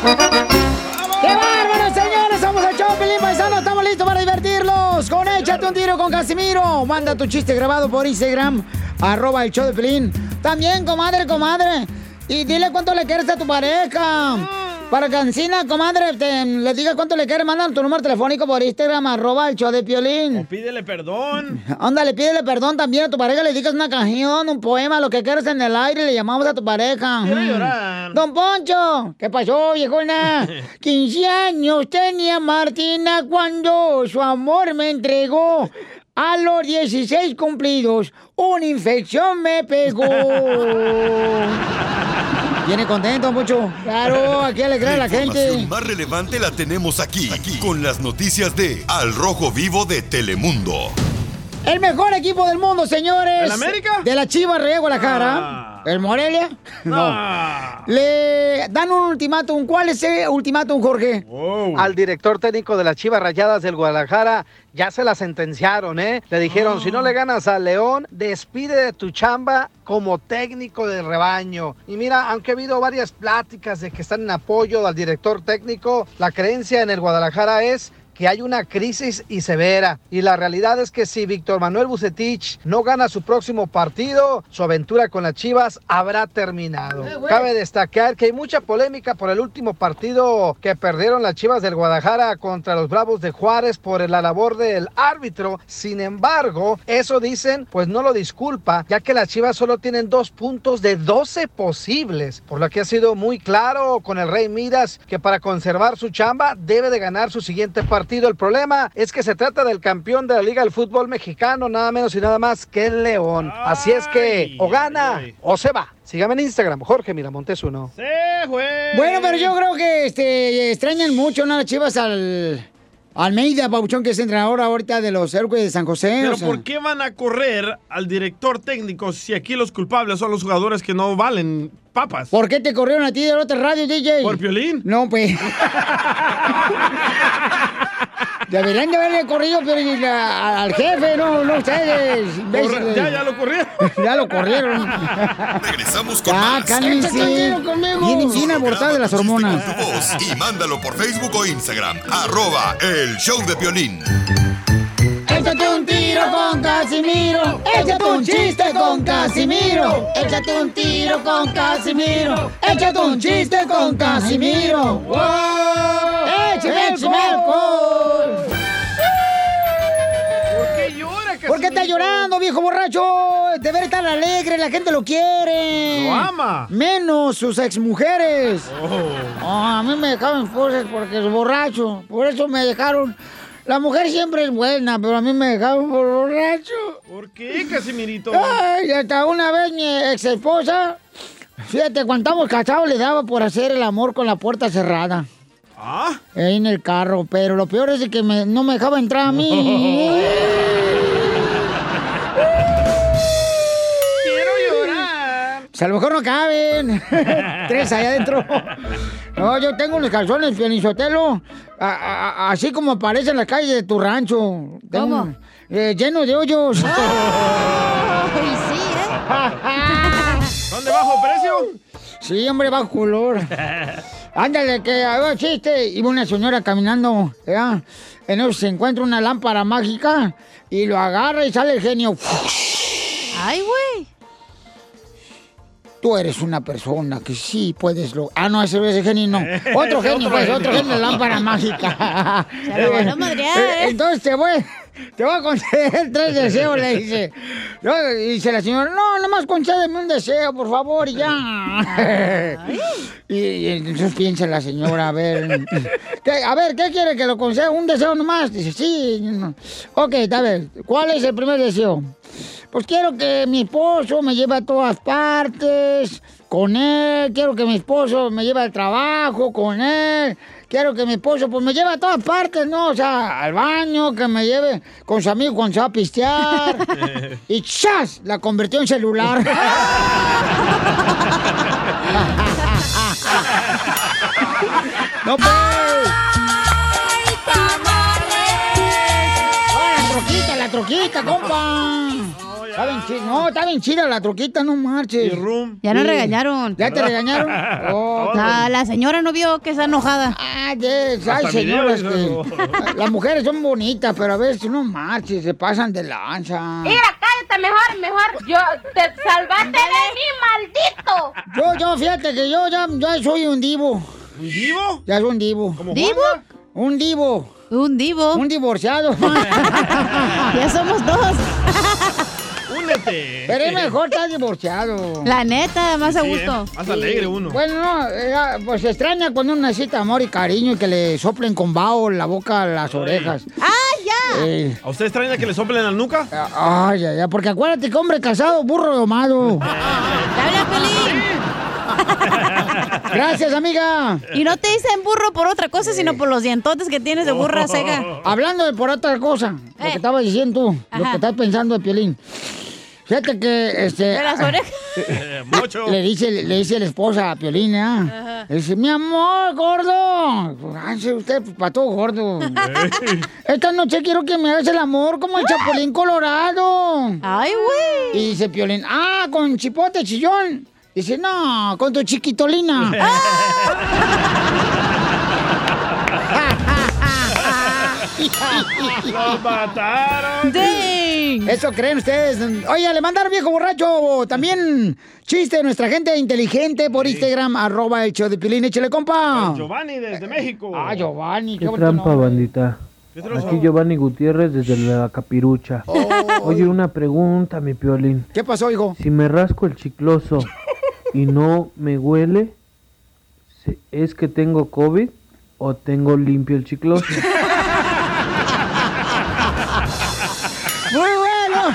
¡Qué bárbaro, señores! ¡Somos el show, Pelín Paisano! ¡Estamos listos para divertirlos! ¡Con Échate un tiro con Casimiro! Manda tu chiste grabado por Instagram, arroba el show de Pelín. También, comadre, comadre. Y dile cuánto le quieres a tu pareja. Para que encina, comadre, te- le diga cuánto le quieres, manda tu número telefónico por Instagram, arroba el show de Piolín. Pídele perdón. Ándale, pídele perdón también a tu pareja, le digas una canción, un poema, lo que quieras en el aire, le llamamos a tu pareja. Quiero Mm. llorar. Don Poncho, ¿qué pasó, viejona? 15 años tenía Martina cuando su amor me entregó. A los 16 cumplidos, una infección me pegó. Viene contento, mucho. Claro, aquí alegra a la gente. información más relevante la tenemos aquí, aquí, con las noticias de Al Rojo Vivo de Telemundo. El mejor equipo del mundo, señores. ¿El América? Ah. De la Chivas Real Guadalajara. ¿El Morelia? No. Le dan un ultimátum. ¿Cuál es el ultimátum, Jorge? Al director técnico de las Chivas Rayadas del Guadalajara ya se la sentenciaron, ¿eh? Le dijeron, si no le ganas a León, despide de tu chamba como técnico de rebaño. Y mira, aunque ha habido varias pláticas de que están en apoyo al director técnico, la creencia en el Guadalajara es que hay una crisis y severa. Y la realidad es que si Víctor Manuel Bucetich no gana su próximo partido, su aventura con las Chivas habrá terminado. güey. Cabe destacar que hay mucha polémica por el último partido que perdieron las Chivas del Guadalajara contra los Bravos de Juárez por la labor del árbitro. Sin embargo, eso dicen, pues no lo disculpa, ya que las Chivas solo tienen dos puntos de 12 posibles, por lo que ha sido muy claro con el Rey Miras que para conservar su chamba debe de ganar su siguiente partido. El problema es que se trata del campeón de la Liga del Fútbol Mexicano, nada menos y nada más que el León. Así es que o gana o se va. Sígame en Instagram, Jorge Miramontes uno. Bueno, pero eh, yo creo que este, extrañan mucho ¿no? las Chivas al Almeida Pauchón, que es entrenador ahorita de los Hércules de San José. Pero o sea. ¿por qué van a correr al director técnico si aquí los culpables son los jugadores que no valen papas? ¿Por qué te corrieron a ti de la otra radio, DJ? ¿Por Piolín? No, pues. Deberían de haberle corrido Piolín, a- al jefe, no, no ustedes. Corre- ya, ya lo corrieron. ya lo corrieron. Regresamos con ya, más. cálmense. Bien, bien abortada de las hormonas. Tu voz y mándalo por Facebook o Instagram, arroba el show de Piolín. Échate un tiro con Casimiro. Échate un chiste con Casimiro. Échate un tiro con Casimiro. Échate un chiste con Casimiro. ¡Wow! ¡Échame, échame alcohol! ¿Por qué llora, Casimiro? ¿Por qué está llorando, viejo borracho? Deber estar alegre, la gente lo quiere. Lo ama. Menos sus exmujeres. Ah, a mí me dejaban esposas porque es borracho. Por eso me dejaron. La mujer siempre es buena, pero a mí me dejaron por borracho. ¿Por qué, Casimirito? Ay, hasta una vez mi ex esposa, fíjate, cuando estábamos casados le daba por hacer el amor con la puerta cerrada. ¿Ah? Ahí en el carro, pero lo peor es de que me- no me dejaba entrar a mí. Quiero llorar. O sea, a lo mejor no caben. Tres allá adentro. No, yo tengo unos calzones, Pionisotelo. Así como aparecen en las calles de tu rancho. Tengo- ¿Cómo? eh, lleno de hoyos. Ay, sí, ¿eh? ¿Dónde bajo precio? Sí, hombre, bajo color. Ándale, que había un chiste. Iba una señora caminando, ¿ya? En eso se encuentra una lámpara mágica y lo agarra y sale el genio. Ay, güey. Tú eres una persona que sí puedes lo. Ah, no, ese, ese genio no. Otro genio, pues, otro genio de lámpara mágica. Se lo voló a madrear, ¿eh? Entonces te voy, te voy a conceder tres deseos, le dice. Yo- dice la señora, no, nomás concédeme un deseo, por favor, y ya. y, y entonces piensa la señora, a ver. ¿qué, a ver, ¿qué quiere que lo conceda? ¿Un deseo nomás? Dice, sí. no. Ok, a ver, ¿cuál es el primer deseo? Pues quiero que mi esposo me lleve a todas partes con él, quiero que mi esposo me lleve al trabajo con él, quiero que mi esposo pues me lleve a todas partes, ¿no? O sea, al baño, que me lleve con sus amigos cuando se va a pistear. y ¡chas! La convirtió en celular. ¡No pues! ¡Ah, la troquita, la troquita, compa! Está bien chi- No, está bien chida la troquita, no marches. Ya nos Sí. regañaron. ¿Ya te regañaron? Oh, Ah, la señora no vio que está enojada. Ah, yes. Ay, señoras, que- las mujeres son bonitas, pero a veces no marches, se pasan de lanza. Mira, cállate mejor, mejor. Yo te salvaste de mí, maldito. Yo, yo, fíjate que yo ya, ya soy un divo. ¿Un divo? Ya soy un divo. ¿Divo? Un divo. Un divo. Un divorciado. ya somos dos. Únete. Pero es mejor estar divorciado. La neta, más a Sí, gusto. ¿eh? Más alegre uno. Bueno, no, eh, pues se extraña cuando uno necesita amor y cariño y que le soplen con vaho la boca, las orejas. ¡Ah, ya! ¿A ustedes traen a que le soplen la nuca? Ay, ay, ay, porque acuérdate que hombre casado, burro domado. Gracias, amiga. Y no te dicen burro por otra cosa, sino por los dientotes que tienes de burra Eh, seca. Oh. Hablando de por otra cosa, lo que estabas diciendo tú, lo Ajá. que estás pensando de Piolín. Fíjate que, este... De las orejas. Le dice, le dice la esposa a Piolín, ¿ah? Ajá. Le Dice, mi amor, gordo. Hágase usted para todo gordo. Esta noche quiero que me hagas el amor como el chapulín colorado. Ay, güey. Y dice Piolín, ah, con chipote chillón. Dice, no, con tu chiquitolina. ¡Lo mataron! Eso creen ustedes. Oye, le mandaron viejo borracho. También chiste de nuestra gente inteligente por Instagram, arroba el show de Piolín. Échale, compa. Giovanni desde México. Ah, Giovanni, qué, Qué bonito trampa, nombre. bandita. Aquí Giovanni Gutiérrez desde la capirucha. Oye, una pregunta, mi piolín. Oh. ¿Qué pasó, hijo? Si me rasco el chicloso y no me huele, ¿se- ¿es que tengo COVID o tengo limpio el chicloso? ¡Muy bueno!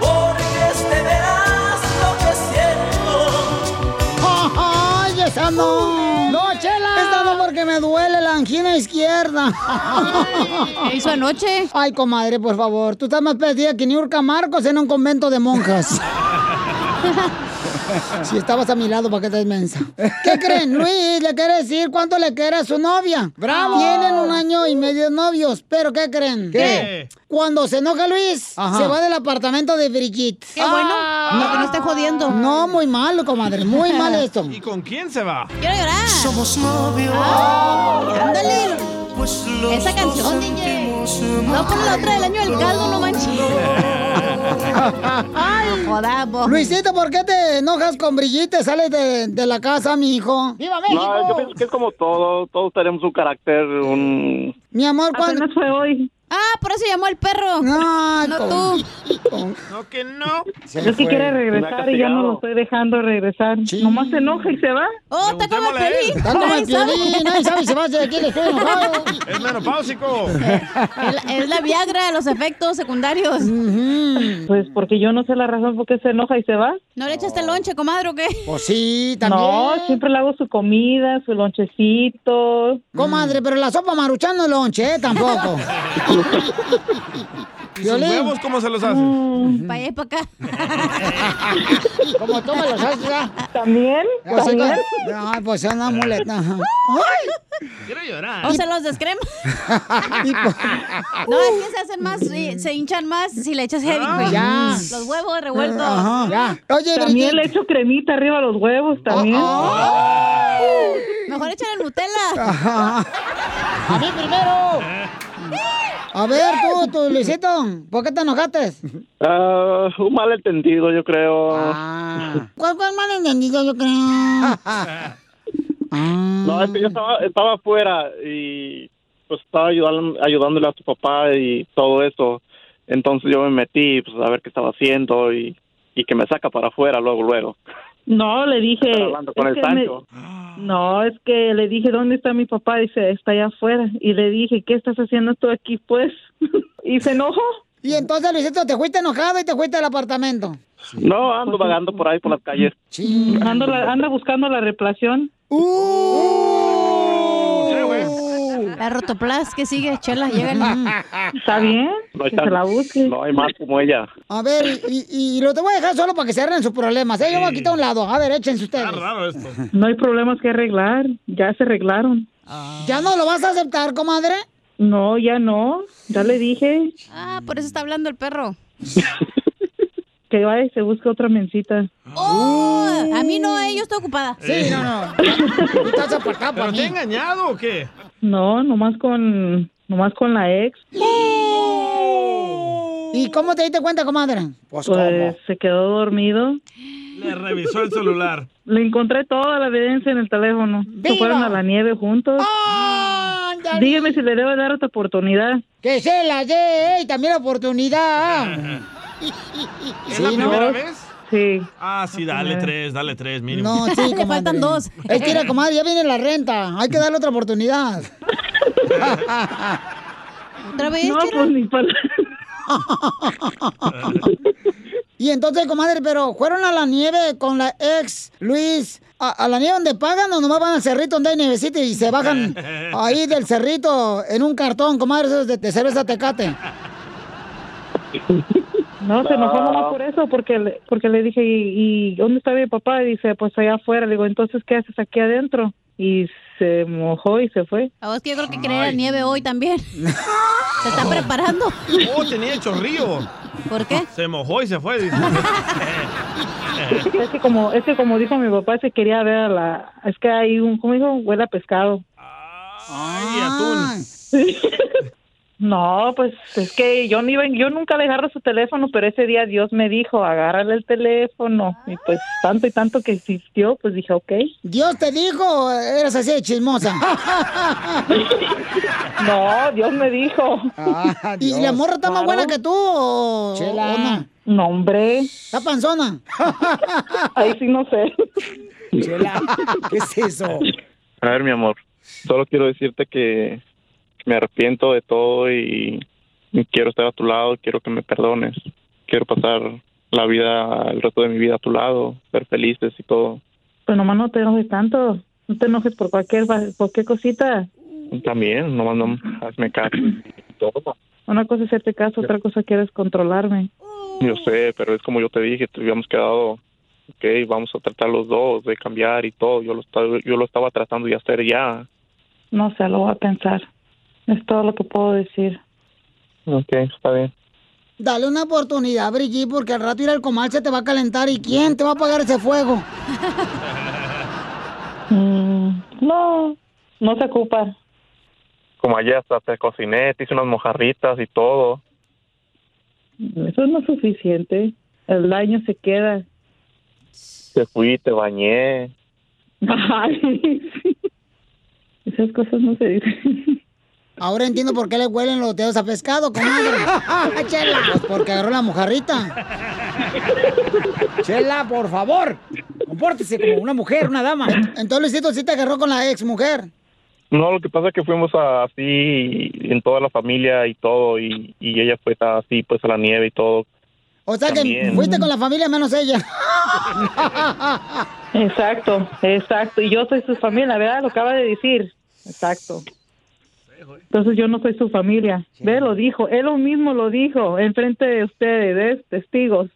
Porque este verás lo que siento. ¡Ay, esa no! ¡No, chela! Esta no porque me duele la angina izquierda. ¿Qué hizo anoche? Ay, comadre, por favor. Tú estás más perdida que Niurka Marcos en un convento de monjas. Si estabas a mi lado, ¿para qué te mensa? ¿Qué creen? Luis le quiere decir cuánto le quiere a su novia. ¡Bravo! Tienen un año y medio de novios, pero ¿qué creen? ¿Qué? Cuando se enoja Luis, Ajá. se va del apartamento de Brigitte. Ah. Qué bueno. No, que no esté jodiendo. No, muy malo, comadre. Muy mal esto. ¿Y con quién se va? Quiero llorar. Somos novios. Pues ándale. Esa canción, DJ. No pones la otra del año del caldo, no manches. Ay. Luisito, ¿por qué te enojas con Brigitte? Sales de, de la casa, mi hijo. ¡Viva No, yo pienso que es como todo, todos tenemos un carácter, un... Mi amor, ¿cuándo? fue hoy. Ah, por eso llamó el perro. No, no con- tú. No, que no. Yo sí quiere regresar y yo no lo estoy dejando regresar. Nomás se enoja y se va. Oh, está como el pelín. Está como el Piolín, nadie sabe si vas de aquí, le estoy enojado. Es menopáusico. Es la- Es la Viagra de los efectos secundarios. Pues porque yo no sé la razón por qué se enoja y se va. ¿No le echaste lonche, comadre, o qué? Pues sí, Eh, también. No, siempre le hago su comida, su lonchecito. Mm. Comadre, pero la sopa maruchan no es lonche, ¿eh? Tampoco. ¿Y sus huevos cómo se los hacen? Mm. Para allá y para acá. Como tú me los haces, ¿ah? ¿También? Pues soy ¿También? con- No, pues es una muleta. ¡Ay! Quiero llorar. O se los descrema. no, es que se hacen más, eh, se hinchan más si le echas heavy cream. ya. Los huevos revueltos. Oye, Oh, también le echo cremita arriba a los huevos también. Mejor echan el Nutella. ¡A mí primero! A ver, tú, tú, Luisito, ¿por qué te enojaste? Ah, un malentendido, yo creo. ¿Cuál fue el malentendido, yo creo? No, es que yo estaba, estaba afuera y pues estaba ayudan- ayudándole a su papá y todo eso. Entonces yo me metí pues, a ver qué estaba haciendo y, y que me saca para afuera luego, luego. No, le dije. Estaba hablando con es el que me- Sancho. no, es que le dije, ¿dónde está mi papá? Dice, está allá afuera. Y le dije, ¿qué estás haciendo tú aquí, pues? y se enojó. Y entonces, Luisito, te fuiste enojado y te fuiste al apartamento. No, ando vagando por ahí por las calles. Ando la- anda buscando la replación. ¡Uh! La rotoplas que sigue, chela, llega ¿Está bien? No hay tan- No hay más como ella. A ver, y, y- y lo te voy a dejar solo para que se arreglen sus problemas, ¿eh? Yo me voy a quitar un lado. A ver, échense ustedes. Ah, No hay problemas que arreglar. Ya se arreglaron. ¿Ya no lo vas a aceptar, comadre? No, ya no. Ya le dije Ah, por eso está hablando el perro. que vaya y se busque otra mencita. Oh, a mí no, eh, yo estoy ocupada. Sí, no, no. ¿Estás apartado ¿Pero te ha engañado o qué? No, nomás con, nomás con la ex. ¿Y cómo te diste cuenta, comadre? Pues, ¿cómo? se quedó dormido. Le revisó el celular. Le encontré toda la evidencia en el teléfono. Se ¡Viva! fueron a la nieve juntos. Dígame si le debo dar otra oportunidad. Que se la dé, ¿eh? Y también la oportunidad. ¿Es la primera vez? Sí. Ah, sí, dale tres, dale tres, mínimo. No, sí, comadre. faltan dos. Es que era, comadre, ya viene la renta. Hay que darle otra oportunidad. ¿Otra vez, No, pues ni para... Y entonces, comadre, pero ¿fueron a la nieve con la ex Luis? ¿A, a la nieve donde pagan o nomás van al cerrito donde hay nievecita y se bajan ahí del cerrito en un cartón, comadre, eso es de, de cerveza tecate? No, se enojó No. nomás por eso, porque le, porque le dije, ¿y, y dónde está mi papá? Y dice, pues allá afuera. Le digo, entonces, ¿qué haces aquí adentro? Y se mojó y se fue. A vos que yo creo que quería la nieve hoy también. Se está preparando. Oh, tenía chorrío. ¿Por qué? Se mojó y se fue. dice. Es que como, es que como dijo mi papá, se quería ver a la... Es que hay un, ¿cómo dijo? Huele a pescado. Ay, atún. No, pues es que yo ni yo nunca le agarro su teléfono, pero ese día Dios me dijo, agárrale el teléfono. Y pues tanto y tanto que existió, pues dije, ok. Dios te dijo, eres así de chismosa. No, Dios me dijo. ¿Y la morra está más buena que tú o, Chela. o no? No, hombre. ¿Está panzona? Ahí sí no sé. ¿Qué es eso? A ver, mi amor, solo quiero decirte que me arrepiento de todo y y quiero estar a tu lado, quiero que me perdones, quiero pasar la vida, el resto de mi vida a tu lado, ser felices y todo. Pues nomás no te enojes tanto. No te enojes por cualquier, va- cualquier cosita. También, no mando, hazme caso. y Todo. Una cosa es hacerte caso, otra cosa quieres controlarme. Yo sé, pero es como yo te dije, te habíamos quedado, ok, vamos a tratar los dos de cambiar y todo. Yo lo estaba, yo lo estaba tratando de hacer ya. No sé, lo voy a pensar. Es todo lo que puedo decir. Ok, está bien. Dale una oportunidad, Brigitte, porque al rato ir al comal se te va a calentar. ¿Y quién te va a pagar ese fuego? Mm, no, no se ocupa. Como ayer hasta te cociné, te hice unas mojarritas y todo. Eso no es suficiente. El daño se queda. Te fui, te bañé. Ay, sí. Esas cosas no se dicen. Ahora entiendo por qué le huelen los dedos a pescado, comadre. Chela. Pues porque agarró la mojarrita. Chela, por favor. Compórtese como una mujer, una dama. Entonces, Luisito, sí te agarró con la ex mujer. No, lo que pasa es que fuimos a- así en toda la familia y todo, y, y ella fue a- así pues a la nieve y todo. O sea que También. fuiste con la familia menos ella. Exacto, exacto. Y yo soy su familia, ¿verdad? Lo acaba de decir. Exacto. Entonces yo no soy su familia. Ve, lo dijo, él lo mismo lo dijo, enfrente de ustedes, ¿ves? testigos.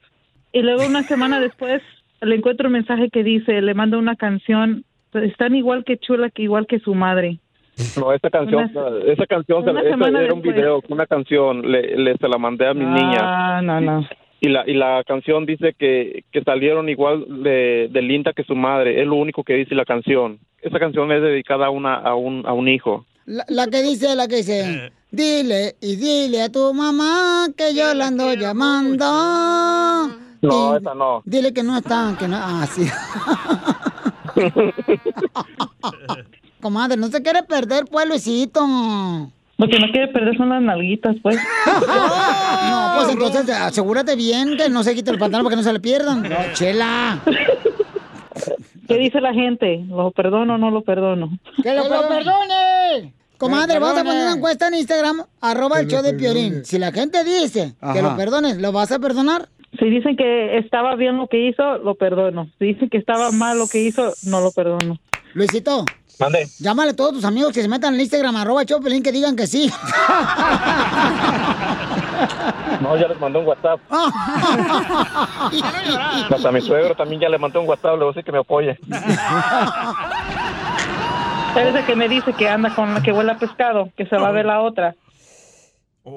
Y luego una semana después le encuentro un mensaje que dice, le mando una canción, están igual que chula, que igual que su madre. No, esa canción, esa canción, se- una esa semana era un después. video, una canción, le, le- se la mandé a mi niña. Ah, no, no. Y la, y la canción dice que, que salieron igual de, de linda que su madre, es lo único que dice la canción. Esa canción es dedicada a, una, a, un, a un hijo. La, la que dice, la que dice. Dile y dile a tu mamá que yo la ando llamando. No, esa no. Dile que no está, que no. Ah, sí. Comadre, no se quiere perder, pues, Luisito. Lo que no quiere perder son las nalguitas, pues. No, pues entonces asegúrate bien que no se quite el pantalón para que no se le pierdan. No, chela. ¿Qué dice la gente? ¿Lo perdono o no lo perdono? ¡Que lo, perdone! Comadre, Que lo vamos a poner una perdone. encuesta en Instagram, arroba el show de Piolín. Si la gente dice que lo Ajá. perdones, ¿lo vas a perdonar? Si dicen que estaba bien lo que hizo, lo perdono. Si dicen que estaba mal lo que hizo, no lo perdono. Luisito, Mande. llámale a todos tus amigos que se metan en Instagram, arroba el show de Piolín, que digan que sí. No, ya les mandé un WhatsApp. Hasta mi suegro también ya le mandé un WhatsApp, le voy a decir que me apoye. Eres el que me dice que anda con la que huele a pescado, que se va a ver la otra. Oh.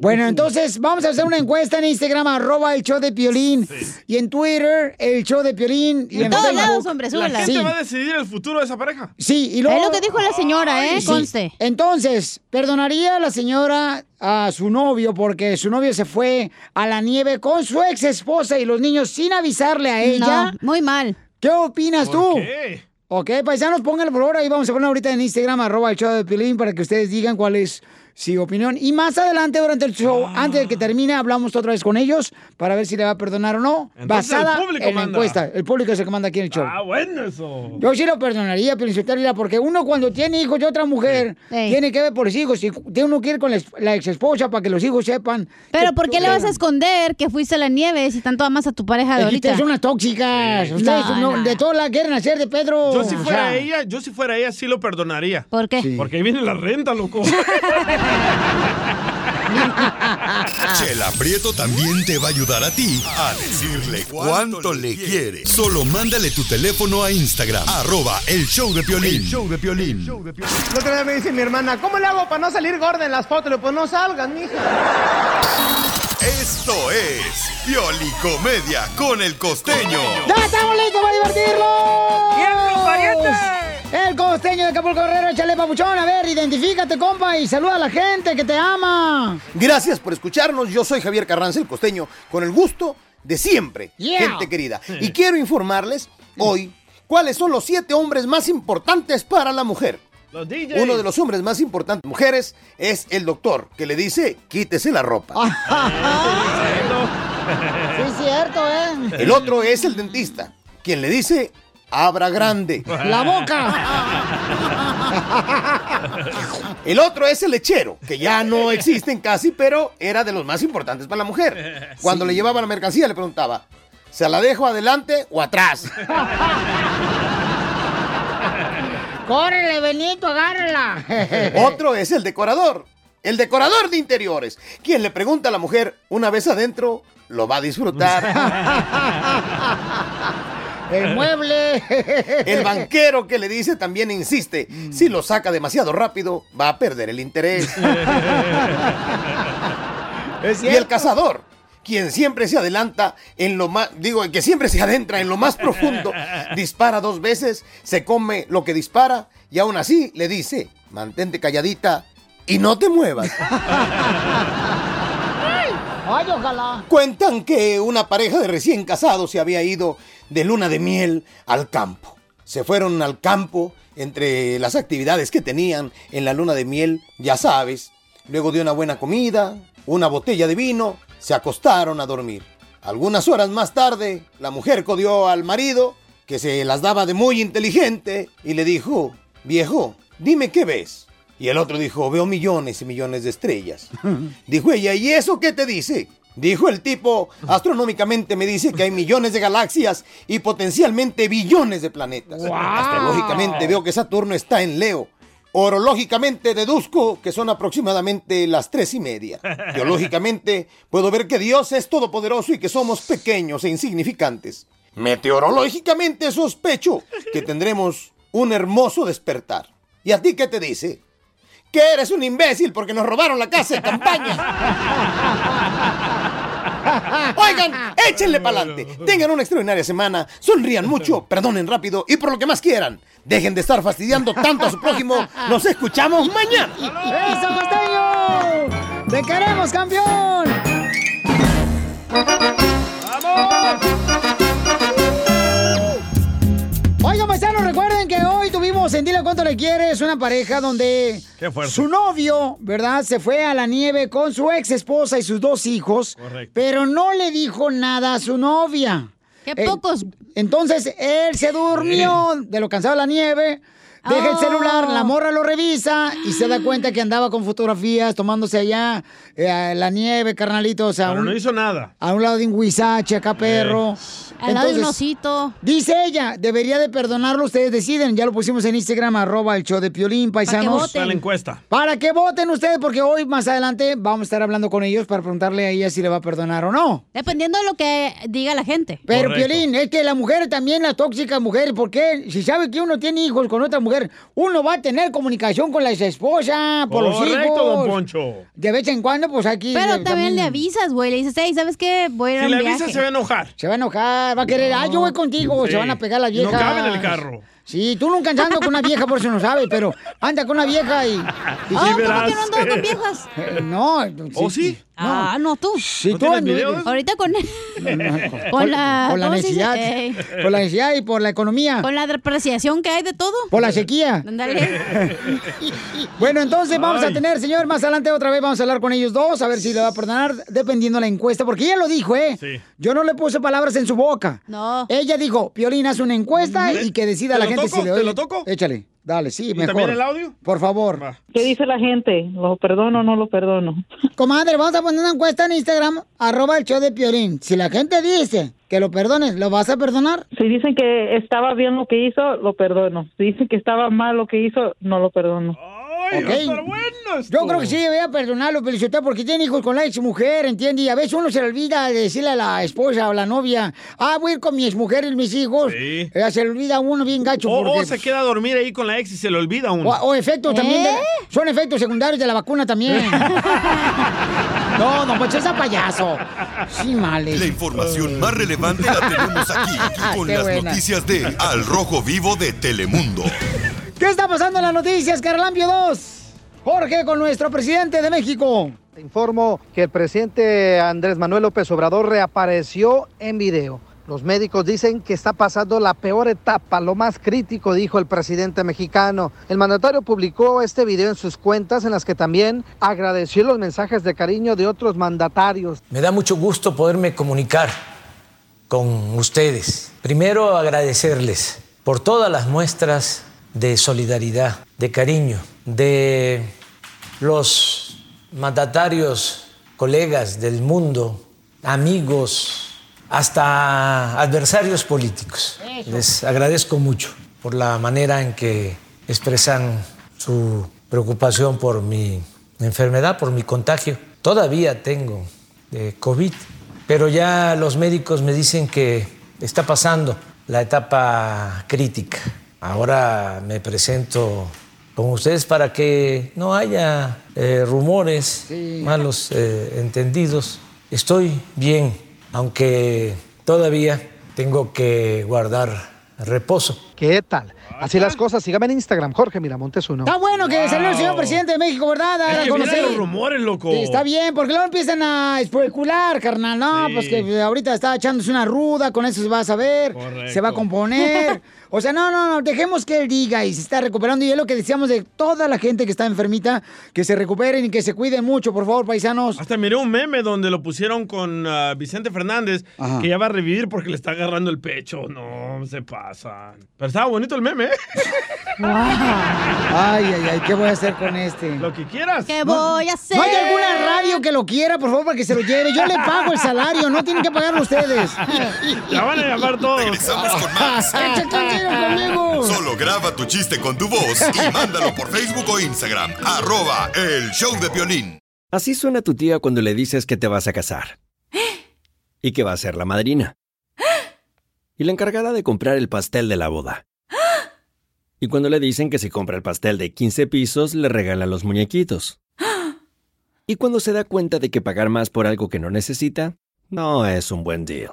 Bueno, entonces vamos a hacer una encuesta en Instagram, arroba el show de Piolín. Y en Twitter, el show de Piolín. Y En en todos Facebook. lados, hombre, súbela. La gente Sí. va a decidir el futuro de esa pareja. Sí, y luego... Es lo que dijo la señora, ¿eh? Sí. Conste. Entonces, ¿perdonaría la señora a su novio porque su novio se fue a la nieve con su ex esposa y los niños sin avisarle a ella? muy mal. ¿Qué opinas ¿Por tú? qué? Ok, paisanos, pónganlo por ahora. Ahí vamos a poner ahorita en Instagram, arroba el show de Pilín, para que ustedes digan cuál es su opinión. Y más adelante, durante el show, Ah. antes de que termine, hablamos otra vez con ellos para ver si le va a perdonar o no. Entonces, basada el público en la manda. encuesta. El público es el que manda aquí en el show. Ah, bueno eso. Yo sí lo perdonaría, Piolinsotelo, mira, porque uno cuando tiene hijos de otra mujer, tiene que ver por los hijos. Y de uno quiere con la, ex- la ex esposa para que los hijos sepan. Pero ¿por qué le vas a esconder que fuiste a la nieve si tanto amas a tu pareja de Es que ahorita? ustedes son unas tóxicas. Ustedes No, no- no. de todo la quieren hacer de Pedro. Yo si fuera O sea, ella, yo si fuera ella sí lo perdonaría. ¿Por qué? Porque ahí viene la renta, loco. Chela Prieto también te va a ayudar a ti a decirle cuánto le quiere. Solo mándale tu teléfono a Instagram, arroba el show de Piolín. show de Piolín. La otra vez me dice mi hermana, ¿cómo le hago para no salir gorda en las fotos? Le digo, pues no salgan, mija. Esto es Pioli Comedia con el costeño. ¡Ya estamos listos para divertirnos! El costeño de Capul Correro, échale papuchón. A ver, identifícate, compa, y saluda a la gente que te ama. Gracias por escucharnos. Yo soy Javier Carranza, el costeño, con el gusto de siempre, Yeah. gente querida. Y quiero informarles hoy cuáles son los siete hombres más importantes para la mujer. Los DJs. Uno de los hombres más importantes, mujeres, es el doctor, que le dice, quítese la ropa. Sí, es cierto, ¿eh? el otro es el dentista, quien le dice, abra grande. ¡La boca! El otro es el lechero, que ya no existen casi, pero era de los más importantes para la mujer. Cuando le llevaba la mercancía le preguntaba, ¿se la dejo adelante o atrás? ¡Córrele, Benito, agárrala! Otro es el decorador, el decorador de interiores, quien le pregunta a la mujer, una vez adentro, lo va a disfrutar. El mueble. El banquero que le dice también insiste, Mm. si lo saca demasiado rápido, va a perder el interés. y el cazador, quien siempre se adelanta en lo más, digo, el que siempre se adentra en lo más profundo, dispara dos veces, se come lo que dispara y aún así le dice, mantente calladita y no te muevas. ¡Ay, ojalá! Cuentan que una pareja de recién casados se había ido de luna de miel al campo. Se fueron al campo entre las actividades que tenían en la luna de miel, ya sabes. Luego de una buena comida, una botella de vino, se acostaron a dormir. Algunas horas más tarde, la mujer codió al marido, que se las daba de muy inteligente, y le dijo, viejo, dime qué ves. Y el otro dijo, veo millones y millones de estrellas. Dijo ella, ¿y eso qué te dice? Dijo el tipo, astronómicamente me dice que hay millones de galaxias y potencialmente billones de planetas. Astrológicamente veo que Saturno está en Leo. Orológicamente deduzco que son aproximadamente las tres y media. Teológicamente puedo ver que Dios es todopoderoso y que somos pequeños e insignificantes. Meteorológicamente sospecho que tendremos un hermoso despertar. ¿Y a ti qué te dice? Que eres un imbécil porque nos robaron la casa de campaña. Oigan, échenle pa'lante. Tengan una extraordinaria semana. Sonrían mucho, perdonen rápido y por lo que más quieran. Dejen de estar fastidiando tanto a su prójimo. Nos escuchamos mañana. ¡Eso, costeño! ¡Te queremos, campeón! Oigan, paisanos, recuerden que hoy tuvimos en Dile Cuánto Le Quieres una pareja donde Qué fuerte. su novio, ¿verdad? Se fue a la nieve con su ex esposa y sus dos hijos, Correcto. pero no le dijo nada a su novia. ¡Qué pocos! Entonces, él se durmió de lo cansado de la nieve, deja el Oh. celular, la morra lo revisa y se da cuenta que andaba con fotografías tomándose allá eh, la nieve, carnalito. O sea, Pero un- no hizo nada. a un lado de un huizache, acá perro. Eh. Al lado de un osito. Dice ella, debería de perdonarlo, ustedes deciden. Ya lo pusimos en Instagram, arroba el show de Piolín, paisanos. Está la encuesta. Para que voten ustedes, porque hoy más adelante vamos a estar hablando con ellos para preguntarle a ella si le va a perdonar o no. Dependiendo de lo que diga Eh, la gente. Pero, Piolín, es que la mujer también, la tóxica mujer, porque si sabe que uno tiene hijos con otra mujer, uno va a tener comunicación con la esposa, por los hijos. Correcto, don Poncho. De vez en cuando, pues aquí. Pero también, le avisas, güey. Le dices, hey, ¿sabes qué? Voy a ir a Si un le viaje". avisas, se va a enojar. Se va a enojar, va a querer, ah, yo voy contigo, Sí. se van a pegar las viejas. No cabe en el carro. Sí, tú nunca andas con una vieja, por eso no sabes, pero anda con una vieja y... y Oh, Sí, Ah, ¿cómo verás. que no andaba con viejas? no. ¿Oh, sí? Ah, no, tú. Sí, tú andas- Ahorita con con la... por la ¿cómo se dice? necesidad. Ey. Por la necesidad y por la economía. Con la depreciación que hay de todo. Por la sequía. Ándale. Bueno, entonces vamos a Ay. tener, señor, más adelante otra vez vamos a hablar con ellos dos, a ver si le va a perdonar, dependiendo de la encuesta, porque ella lo dijo, ¿eh? Sí. Yo no le puse palabras en su boca. No. Ella dijo, Piolín, haz una encuesta y que decida ¿Te la lo gente toco? si le ¿Te doy. lo toco? Échale, dale, sí, mejor. también el audio? Por favor. ¿Qué dice la gente? ¿Lo perdono o no lo perdono? Comadre, vamos a poner una encuesta en Instagram, arroba el show de Piolín. Si la gente dice que lo perdones, ¿lo vas a perdonar? Si dicen que estaba bien lo que hizo, lo perdono. Si dicen que estaba mal lo que hizo, no lo perdono. Ok. Yo creo que sí debería perdonarlo, pero usted porque tiene hijos con la ex mujer, ¿entiende? Y a veces uno se le olvida de decirle a la esposa o la novia, ah, voy a ir con mi exmujer y mis hijos. Sí. Eh, se le olvida a uno bien gacho. O, porque- o se queda a dormir ahí con la ex y se le olvida uno. o, o efectos también. de- son efectos secundarios de la vacuna también. no, no, pues esa payaso. Sí, males. La información más relevante la tenemos aquí, aquí Ah, con Qué las buena. noticias de Al Rojo Vivo de Telemundo. ¿Qué está pasando en las noticias, Carlampio 2? Jorge, con nuestro presidente de México. Te informo que el presidente Andrés Manuel López Obrador reapareció en video. Los médicos dicen que está pasando la peor etapa, lo más crítico, dijo el presidente mexicano. El mandatario publicó este video en sus cuentas en las que también agradeció los mensajes de cariño de otros mandatarios. Me da mucho gusto poderme comunicar con ustedes. Primero agradecerles por todas las muestras de solidaridad, de cariño, de los mandatarios, colegas del mundo, amigos, hasta adversarios políticos. Eso. Les agradezco mucho por la manera en que expresan su preocupación por mi enfermedad, por mi contagio. Todavía tengo eh, COVID, pero ya los médicos me dicen que está pasando la etapa crítica. Ahora me presento con ustedes para que no haya eh, rumores, malos eh, entendidos. Estoy bien, aunque todavía tengo que guardar reposo. ¿Qué tal? Así las cosas, sígame en Instagram, Jorge Miramontes uno. Está bueno que salió el señor Wow. presidente de México, ¿verdad? Dar a Es que conocer. vienen los rumores, loco. Sí, está bien, porque luego empiezan a especular, carnal. No, Sí. pues que ahorita está echándose una ruda, con eso se va a saber, se va a componer. O sea, no, no, no, dejemos que él diga y se está recuperando. Y es lo que decíamos de toda la gente que está enfermita, que se recuperen y que se cuiden mucho, por favor, paisanos. Hasta miré un meme donde lo pusieron con ah, Vicente Fernández, que ya va a revivir porque le está agarrando el pecho. No, se pasan. Pero estaba bonito el meme, ¿eh? Ay, ay, ay, ¿qué voy a hacer con este? Lo que quieras. ¿Qué voy a hacer? ¿No hay alguna radio que lo quiera, por favor, para que se lo lleve? Yo le pago el salario, no tienen que pagar ustedes. La van a llamar todos. Regresamos con más. Échate un Solo graba tu chiste con tu voz y mándalo por Facebook o Instagram. Arroba el show de violín. Así suena tu tía cuando le dices que te vas a casar. Y que va a ser la madrina. Y la encargada de comprar el pastel de la boda. Y cuando le dicen que si compra el pastel de 15 pisos, le regala los muñequitos. Y cuando se da cuenta de que pagar más por algo que no necesita, no es un buen deal.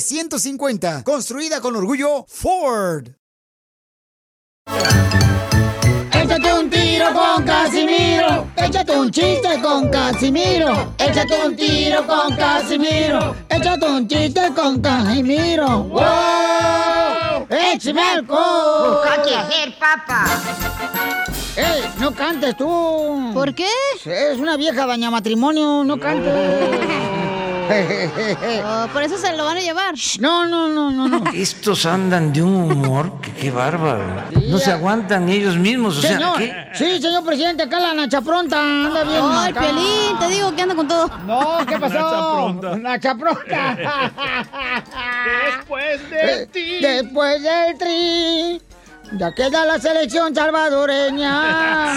construida con orgullo Ford. Échate un tiro con Casimiro. Échate un chiste con Casimiro. Échate un tiro con Casimiro. Échate un chiste con Casimiro. ¡Wow! ¡Échame alcohol! Busca qué hacer, papá! ¡Ey! No cantes tú. ¿Por qué? Es una vieja daña matrimonio, no cantes. Oh, por eso se lo van a llevar. No, no, no, no, no. Estos andan de un humor que qué bárbaro. No se aguantan ni ellos mismos, o sea, Señor, ¿qué? sí, señor presidente, acá la Nacha Pronta anda bien. Oh, el acá. Piolín, te digo que anda con todo. No, ¿qué Nacha pasó? Pronta. Nacha Pronta. Después de ti. Después del tri, ya queda la selección salvadoreña.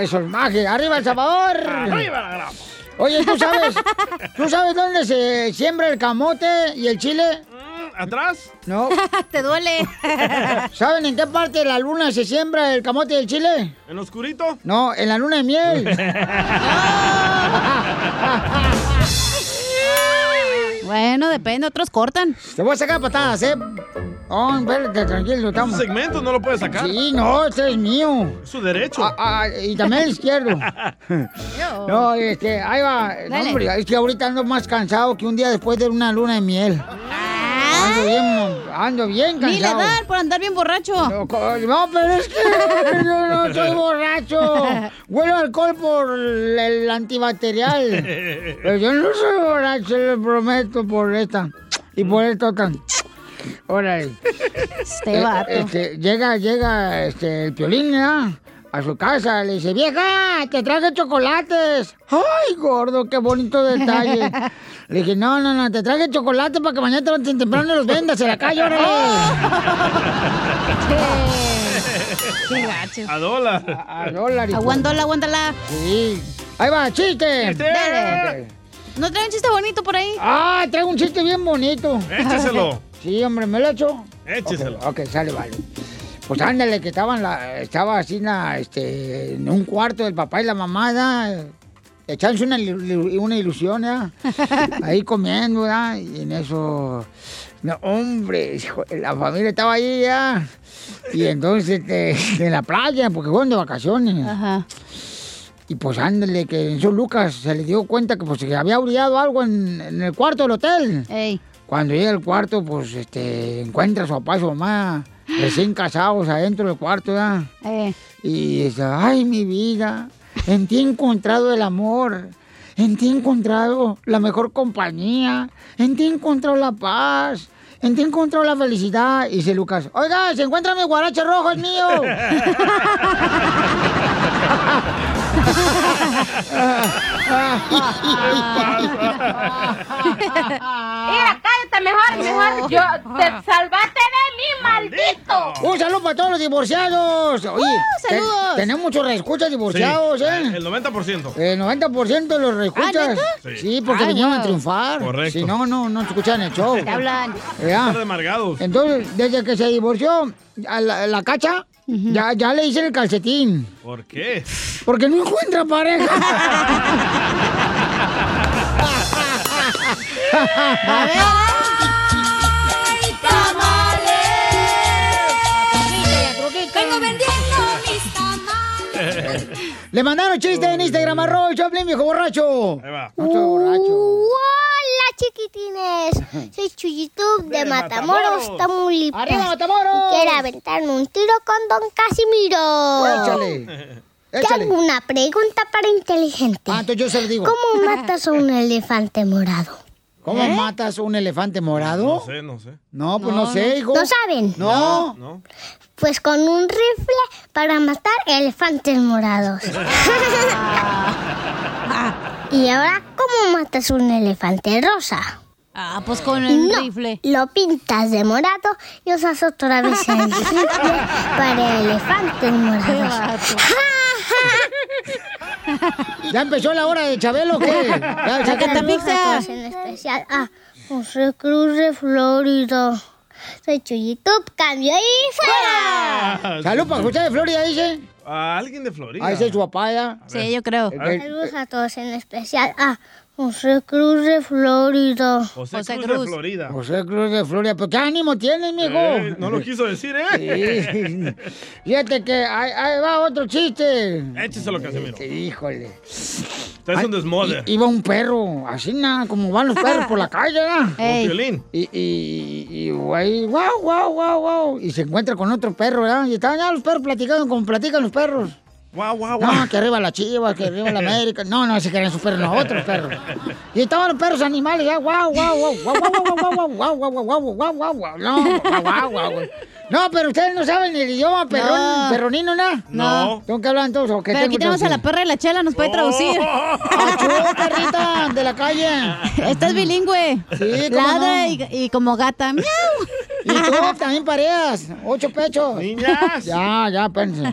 Eso es magia. Arriba El Salvador. Arriba la grama. Oye, ¿tú sabes? ¿Tú sabes dónde se siembra el camote y el chile? Mm. ¿Atrás? No. Te duele. ¿Saben en qué parte de la luna se siembra el camote y el chile? ¿En oscurito? No, en la luna de miel. Bueno, depende, otros cortan. Te voy a sacar patadas, ¿eh? Oh, espérate, tranquilo, estamos. Este segmento no lo puedes sacar. Sí, no, este es mío. Es su derecho. Ah, ah, y también el izquierdo. No, este, ahí va. No, Dale. hombre, es que ahorita ando más cansado que un día después de una luna de miel. Ando bien, ando bien Ah. Ni le cansado. dan por andar bien borracho. No, co- no, pero es que yo no soy borracho. Huelo alcohol por el antibacterial. Pero yo no soy borracho, les prometo, por esta. Y por esto tan. Órale. Este Eh, vato. este, llega, llega este, el piolín, ¿verdad? A su casa, le dice, vieja, te traje chocolates. Ay, gordo, qué bonito detalle. Le dije, no, no, no, te traje chocolates para que mañana tan temprano los vendas en la calle, órale. Qué gacho. A dólar. A dólar. Aguántala, aguántala. Sí. Ahí va, chiste. Dale. ¿No trae un chiste bonito por ahí? Ah, traigo un chiste bien bonito. Écheselo. Sí, hombre, ¿me lo echo? Écheselo. Ok, ok, sale, vale. Pues ándale, que estaban la, estaba así na, este, en un cuarto el papá y la mamá, ¿da? echándose una, ilu- una ilusión, ¿da? ahí comiendo, ¿da? y en eso, no, hombre, hijo, la familia estaba ahí ya, y entonces este, en la playa, porque fueron de vacaciones. Y pues ándale, que en su Lucas se le dio cuenta que pues que había olvidado algo en, en el cuarto del hotel. Cuando llega al cuarto, pues este, encuentra a su papá y su mamá recién casados adentro del cuarto, ¿verdad? Y dice, ay, mi vida, en ti he encontrado el amor, en ti he encontrado la mejor compañía, en ti he encontrado la paz, en ti he encontrado la felicidad. Y dice Lucas, oiga, se encuentra mi guarache rojo, es mío. Ah. Oh. Mira, cállate mejor, mejor. Yo te salvaste de ni maldito. Ah. Un saludo para todos los divorciados. Oye, ¡Uh, te- saludos! tenemos muchos reescuchas divorciados, Sí, ¿eh? El 90%. El 90% de los ¿Ah, reescuchas. neta? sí. Sí. porque Ay, vinieron a wow. triunfar. Correcto. Si no, no, no escuchan el show. Te hablan. Ya. Estar de amargados. Entonces, desde que se divorció a la, la cacha, ya, ya le hice el calcetín. ¿Por qué? Porque no encuentra pareja. A ver. Vengo vendiendo Le mandaron chiste en Instagram, arroba el Choplin, viejo borracho. Ahí va. ¡Hola, chiquitines! Soy Chuyitub de Matamoros, Matamoros. Tamaulipas. ¡Arriba, Matamoros! Y quiero aventarme un tiro con Don Casimiro. Échale. Tengo una pregunta para inteligente. Ah, entonces yo se lo digo. ¿Cómo matas a un elefante morado? ¿Eh? ¿Cómo matas un elefante morado? No sé, ¿Eh? no sé. No, pues no, sé, hijo. ¿No saben? No. Pues con un rifle para matar elefantes morados. y ahora, ¿cómo matas un elefante rosa? Ah, pues con el rifle. Lo pintas de morado y usas otra vez el rifle para elefantes morados. ¿Ya empezó la hora de Chabelo o qué? Ya, Otra sácate roja, todos En especial a José Cruz de Florida. Soy Chuyitub, cambio y fuera. Salud para José de Florida, dice. A Ah, alguien de Florida. Ahí dice su papá, ya. Sí, yo creo. A ver. Saludos a todos, en especial a José Cruz de Florida. José, Cruz, de Florida. José Cruz de Florida. Pues qué ánimo tienes, mijo. Eh, no lo quiso decir, ¿eh? Sí. Fíjate que ahí, ahí va otro chiste. Écheselo, Casimiro. Híjole. Usted es un desmoder. Iba un perro, así nada, como van los perros por la calle, ¿verdad? Con Ey. violín. Y, y, y, y güey, guau, guau, guau, guau. Y se encuentra con otro perro, ¿verdad? Y estaban ya los perros platicando, como platican los perros. Guau, guau, guau. No, que arriba la chiva, que arriba la América. No, no, se querían sus perros, no, otros perros. Y estaban los perros animales, ya, guau, guau, guau, guau, guau, guau, guau, guau, guau, guau, guau, guau, guau, guau, no, guau, guau, guau, guau. No, pero ustedes no saben el idioma perrón, No. perronino, ¿no? No. Tengo que hablar entonces. ¿o qué Pero tengo aquí tenemos a la traducir? perra de la chela, nos puede traducir. ¡Achú, perrita de la calle! Estás bilingüe. Sí, cómo no. Ladra y, y como gata. ¡Miau! Y tú también pareas, ocho pechos. Niñas. Ya, ya, pensé.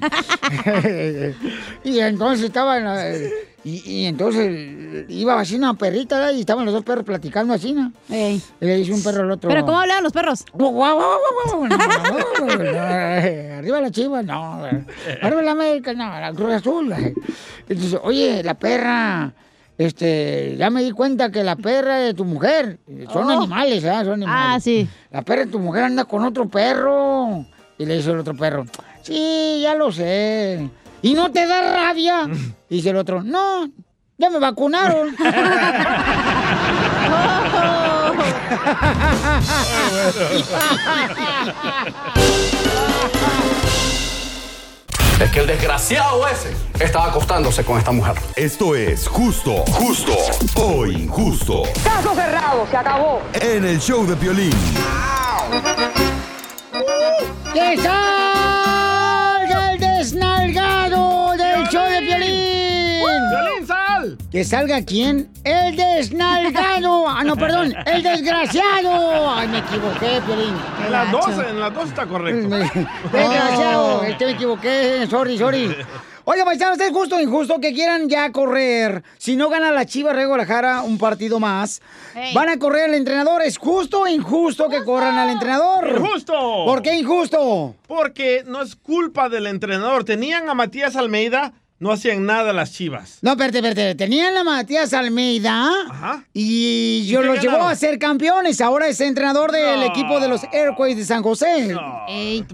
y entonces estaban. eh, Y, y entonces iba así una perrita ¿verdad? y estaban los dos perros platicando así, ¿no? Y le dice un perro al otro. Pero ¿cómo hablaban los perros? Guau, guau, guau, guau, guau, no, no, no, no, Arriba la chiva, no. Arriba la América, no, la Cruz Azul. Entonces, oye, la perra, este, ya me di cuenta que la perra de tu mujer, son Oh. animales, ¿ah? Son animales. Ah, sí. La perra de tu mujer anda con otro perro. Y le dice el otro perro, sí, ya lo sé. ¿Y no te da rabia? Y dice el otro, no, ya me vacunaron. Oh. Es que el desgraciado ese estaba acostándose con esta mujer. Esto es justo, justo o injusto. Caso cerrado, se acabó. En el show de Piolín. ¡Que salga el desnalgado del show de Piolín! ¡Piolín, sal! ¿Que salga quién? ¡El desnalgado! Ah, no, perdón, el desgraciado. Ay, me equivoqué, Piolín. En las dos, en las Oh. dos está correcto. Desgraciado, este me equivoqué, sorry, sorry. Oye, paisanos, es justo o injusto que quieran ya correr. Si no gana la Chiva Rey Guadalajara un partido más, Ey. van a correr al entrenador. ¿Es justo o injusto que corran al entrenador? ¡Injusto! ¿Por qué injusto? Porque no es culpa del entrenador. Tenían a Matías Almeida, no hacían nada las chivas. No, espérate, espérate. Tenían la Matías Almeida y yo ¿Y qué lo llevó ganaron? a ser campeones. Ahora es entrenador del equipo de los Airways de San José. O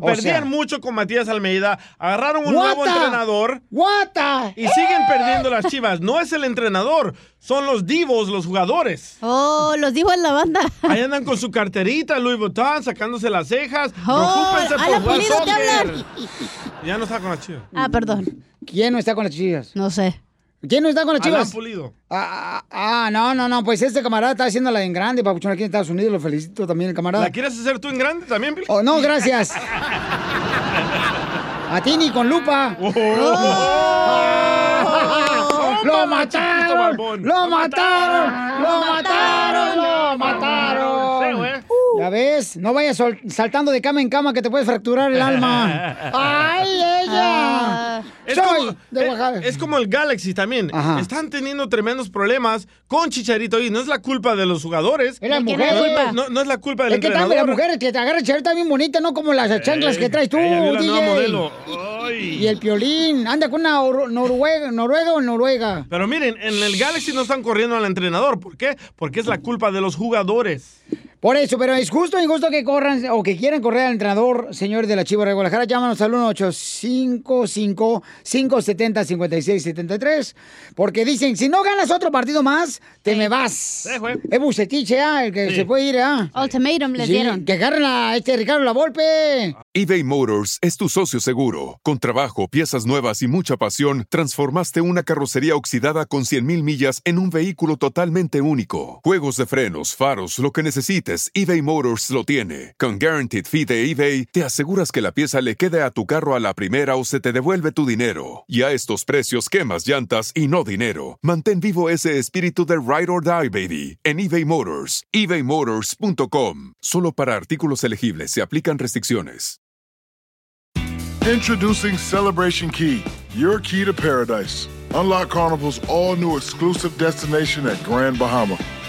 Perdían sea, mucho con Matías Almeida, agarraron un nuevo Guata. entrenador. ¡Guata! ¡Eh! Y siguen perdiendo las chivas. No es el entrenador, son los divos, los jugadores. Oh, los dijo en la banda. Ahí andan con su carterita, Louis Vuitton, sacándose las cejas. Oh, Preocúpense por ala, jugar Pulido, te soccer. hablan. Ya no está con las chivas. Ah, perdón. ¿Quién no está con las chivas? No sé. ¿Quién no está con las Alan chivas? Pulido. Ah, ah, ah, no, no, no. Pues este camarada está haciéndola en grande, papuchón, aquí en Estados Unidos. Lo felicito también, el camarada. ¿La quieres hacer tú en grande también, Pili? Oh, no, gracias. A ti ni con lupa. ¡Oh! ¡Lo ¿eh? mataron! ¡Lo mataron! ¡Lo mataron! ¡Lo mataron! ¿Ya ves? No vayas sol- saltando de cama en cama que te puedes fracturar el alma. ¡Ay, ella! Es Soy como, de es- Oaxaca. Es, como el Galaxy también. Están teniendo tremendos problemas con Chicharito y no es la culpa de los jugadores. Es la ¿De quién es No, mujer. la culpa? No, no es la culpa del Es que también las entrenador. Eh, mujeres que te agarran chavita bien bonita, no como las chanclas que traes tú, ella vio la DJ. nueva modelo. Y el piolín, anda con una oru- noruega, noruega o noruega. Pero miren, en el Galaxy no están corriendo al entrenador. ¿Por qué? Porque es la culpa de los jugadores. Por eso, pero es justo o injusto que corran o que quieran correr al entrenador, señores de la Chiva de Guadalajara. Llámanos al 1-855-570-5673. Porque dicen, si no ganas otro partido más, te me vas. Es Bucetiche, ah, el que se puede ir, ah. Ultimatum les dieron. Que agarren a este Ricardo La Volpe. eBay Motors es tu socio seguro. Con trabajo, piezas nuevas y mucha pasión, transformaste una carrocería oxidada con 100.000 millas en un vehículo totalmente único. Juegos de frenos, faros, lo que necesites, eBay Motors lo tiene. Con Guaranteed Fee de eBay, te aseguras que la pieza le quede a tu carro a la primera o se te devuelve tu dinero. Y a estos precios, quemas llantas y no dinero. Mantén vivo ese espíritu de Ride or Die, baby, en eBay Motors. ebaymotors.com. Solo para artículos elegibles se aplican restricciones. Introducing Celebration Key, your key to paradise. Unlock Carnival's all new exclusive destination at Grand Bahama,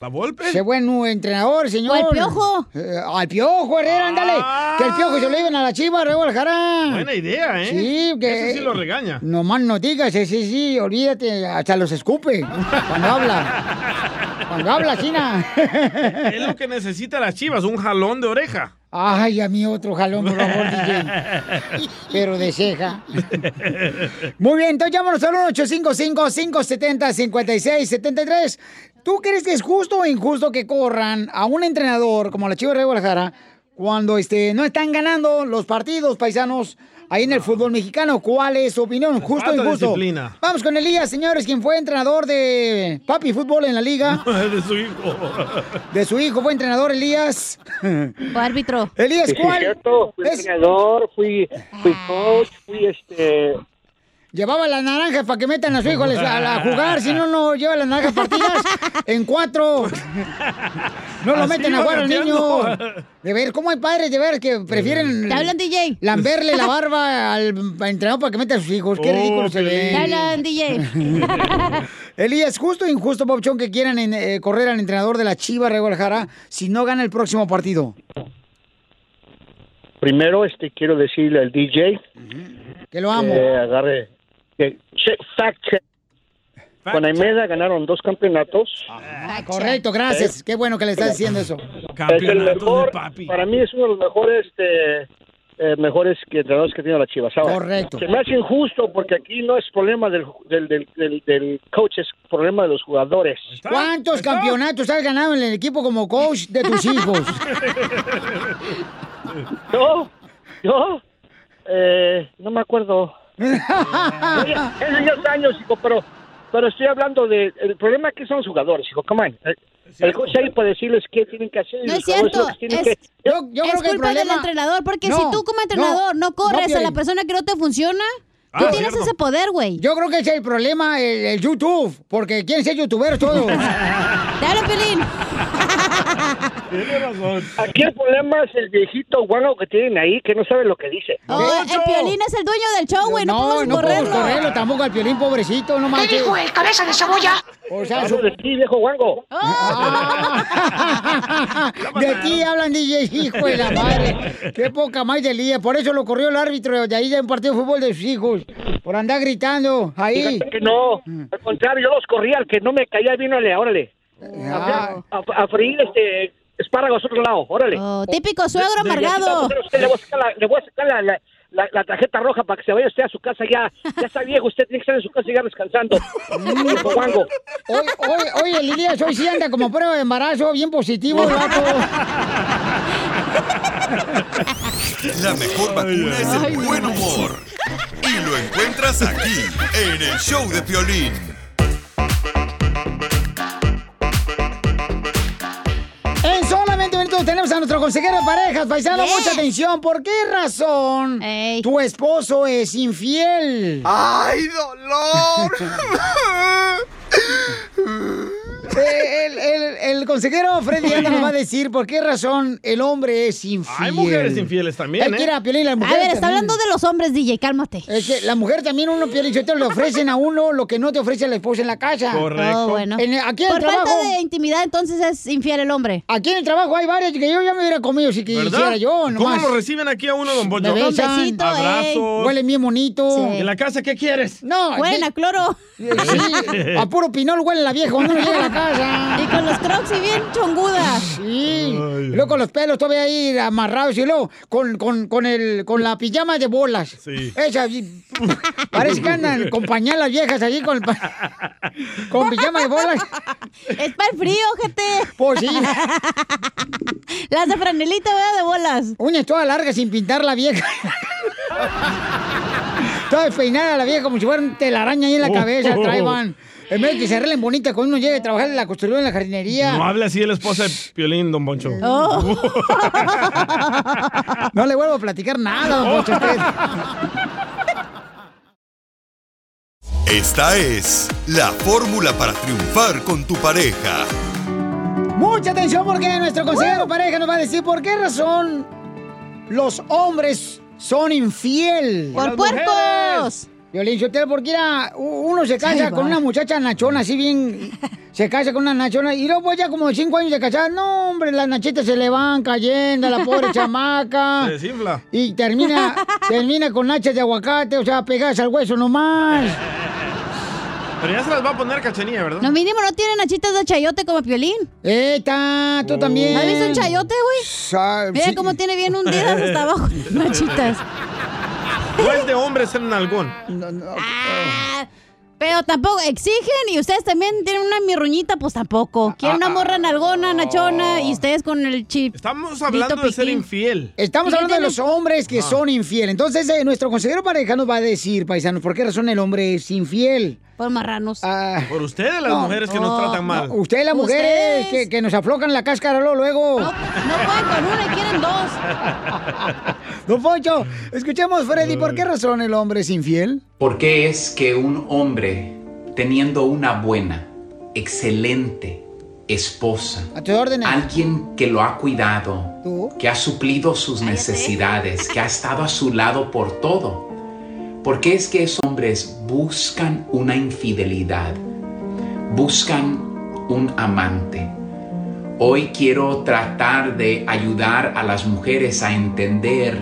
¿La Volpe? Qué buen uh, entrenador, señor. O al Piojo. Eh, al piojo, Herrera, ándale. Que el piojo se lo lleven a la chiva, de Guadalajara. Buena idea, ¿eh? Sí, que. Ese sí lo regaña. No más no digas, sí, sí, sí, olvídate, hasta los escupe cuando habla. Cuando habla, China. Es lo que necesita las chivas, un jalón de oreja. Ay, a mí otro jalón, por favor, DJ. Pero de ceja. Muy bien, entonces llámanos al 1-855-570-5673. ¿Tú crees que es justo o injusto que corran a un entrenador como la Chivas de Guadalajara cuando este, no están ganando los partidos paisanos ahí en el fútbol mexicano? ¿Cuál es su opinión? ¿Justo o falta injusto? disciplina. Vamos con Elías, señores, quien fue entrenador de Papi Fútbol en la liga. de su hijo. De su hijo fue entrenador Elías. O árbitro. Elías, Sí, sí, ¿cuál? cierto, fui es- entrenador, fui, fui coach, fui este... Ah. Llevaba las naranjas para que metan a su hijo a, la- a la- a jugar, si no, no lleva las naranjas partidas en cuatro. No lo Así meten a iba jugar al niño. gateando. De ver, ¿cómo hay padres de ver que prefieren. ¿Te hablan, DJ? Lamberle la barba al entrenador para que meta a sus hijos. Qué Oh, ridículo se Piolín. ¿Te ve. hablan, DJ? Elías, justo o injusto, Bobchón, que quieran en- eh, correr al entrenador de la Chiva de Guadalajara si no gana el próximo partido. Primero, este, quiero decirle al DJ que lo amo. agarre, que check, fact check. Con Aimeda ganaron dos campeonatos. Ah, Correcto, gracias. Qué bueno que le estás diciendo eso. Es el mejor, para mí es uno de los mejores, este, eh, mejores que, entrenadores que tiene la Chivas. Ahora, Correcto. Se me hace injusto porque aquí no es problema del, del, del, del- del coach, es problema de los jugadores. ¿Cuántos campeonatos has ganado en el equipo como coach de tus hijos? ¿Yo? ¿Yo? Eh, no me acuerdo. Eh, Hace 10 años, hijo, pero, pero estoy hablando de... El problema aquí son los jugadores, hijo, come on. El- El coach ahí puede decirles qué tienen que hacer. y No los es jugadores cierto. lo que tienen Es, que- es creo que el culpa del problema- entrenador, porque No, si tú como entrenador no, no, corres no, a la Piolín. persona que no te funciona, Ah, tú es tienes cierto. ese poder, güey. Yo creo que ese es el problema, el, el YouTube, porque quieren ser youtuberos todos. Dale, Pelín. Aquí el problema es el viejito guano que tienen ahí, que no sabe lo que dice. Oh, el Piolín es el dueño del show, güey. No, podemos no podemos correrlo. correrlo tampoco al Piolín, pobrecito, no manches. dijo el cabeza de cebolla? O sea, Hablo su- de ti, viejo guango. de ti hablan DJ, hijo de la madre. Qué poca más de Elías. Por eso lo corrió el árbitro de ahí de un partido de fútbol de sus hijos. Por andar gritando ahí. Fíjate que no, Mm. al contrario, yo los corría, al que no me caía bien, órale, órale. Ah. A, a- a freír este espárragos a otro lado, órale. Oh, típico suegro De- de- amargado. de- usted Le voy a sacar, la, le voy a sacar la, la- la- la tarjeta roja para que se vaya usted a su casa ya. Ya está viejo, usted tiene que estar en su casa ya descansando. Viejo guango. Hoy, hoy, hoy el Elías, hoy sí anda como prueba de embarazo, bien positivo el vato. La mejor vacuna es el buen humor. Y lo encuentras aquí, en el show de Piolín. En solamente minutos tenemos a nuestro consejero de parejas, paisano. Yeah. Mucha atención. ¿Por qué razón tu esposo es infiel? ¡Ay, dolor! Eh, El, el- el consejero Freddy Anda nos va a decir por qué razón el hombre es infiel. Hay mujeres infieles también, Él quiere a ¿eh? Piolín, las mujeres ver, está hablando de los hombres, DJ, cálmate. Es que la mujer también, uno, Piolín, Sotelo, le ofrecen a uno lo que no te ofrece la esposa en la casa. Correcto. Oh, bueno. En el- aquí en Por el falta trabajo. de intimidad, entonces es infiel el hombre. Aquí en el trabajo hay varias que yo ya me hubiera comido si quisiera yo. ¿Cómo Nomás. lo reciben aquí a uno, don Poncho? Me eh. besan, Abrazos. huelen bien bonito. ¿En la casa qué quieres? No, Huelen a cloro. a puro pinol huele la vieja cuando uno llega a la casa. Y con los crocs y bien chongudas. Sí. Luego con los pelos todavía ahí amarrados y luego con, con, con, el, con la pijama de bolas. Sí. Esa, y- parece que andan con pañal las viejas allí con, el pa- con pijama de bolas. Es para el frío, gente. Pues sí. Las de franelita, de bolas. Una toda larga sin pintar la vieja. Toda despeinada la vieja, como si fuera un telaraña ahí en la Oh. cabeza, trae van. En vez de que se arreglen bonita cuando uno llegue a trabajar en la construcción, en la jardinería. No hable así de la esposa de Piolín, don Poncho. Oh. No le vuelvo a platicar nada, don Poncho, a usted. Esta es la fórmula para triunfar con tu pareja. Mucha atención porque nuestro consejero pareja nos va a decir por qué razón los hombres son infiel. ¡Por Las puercos! Violín Sotelo, porque mira, u- uno se casa Ahí va. con una muchacha nachona, así bien, se casa con una nachona, y luego pues, ya como de cinco años de casar, no hombre, las nachitas se le van cayendo a la pobre chamaca. Se desinfla. Y termina, termina con nachas de aguacate, o sea, pegadas al hueso nomás. Pero ya se las va a poner cachanilla, ¿verdad? No, mínimo no tienen nachitas de chayote como Piolín. Eta, tú también. ¿Has visto un chayote, güey? Mira sí. cómo tiene bien hundidas hasta abajo las nachitas. No es de hombre, es el nalgón. Pero tampoco exigen y ustedes también tienen una mirruñita, pues tampoco. Quieren una morra nalgona, nachona y ustedes con el chip. Estamos hablando de ser infiel. Estamos hablando de los hombres que Ah. son infieles. Entonces, eh, nuestro consejero pareja nos va a decir, paisanos, por qué razón el hombre es infiel. Ah. Por marranos. Por ustedes, las mujeres que nos tratan mal. ustedes, las mujeres que, que nos aflocan la cáscara luego. luego. No, pueden con una, quieren dos. Don Poncho, escuchemos, Freddy, ¿por qué razón el hombre es infiel? ¿Por qué es que un hombre, teniendo una buena, excelente esposa, A tus órdenes. alguien que lo ha cuidado, Tú. que ha suplido sus necesidades, que ha estado a su lado por todo. Porque es que esos hombres buscan una infidelidad, buscan un amante. Hoy quiero tratar de ayudar a las mujeres a entender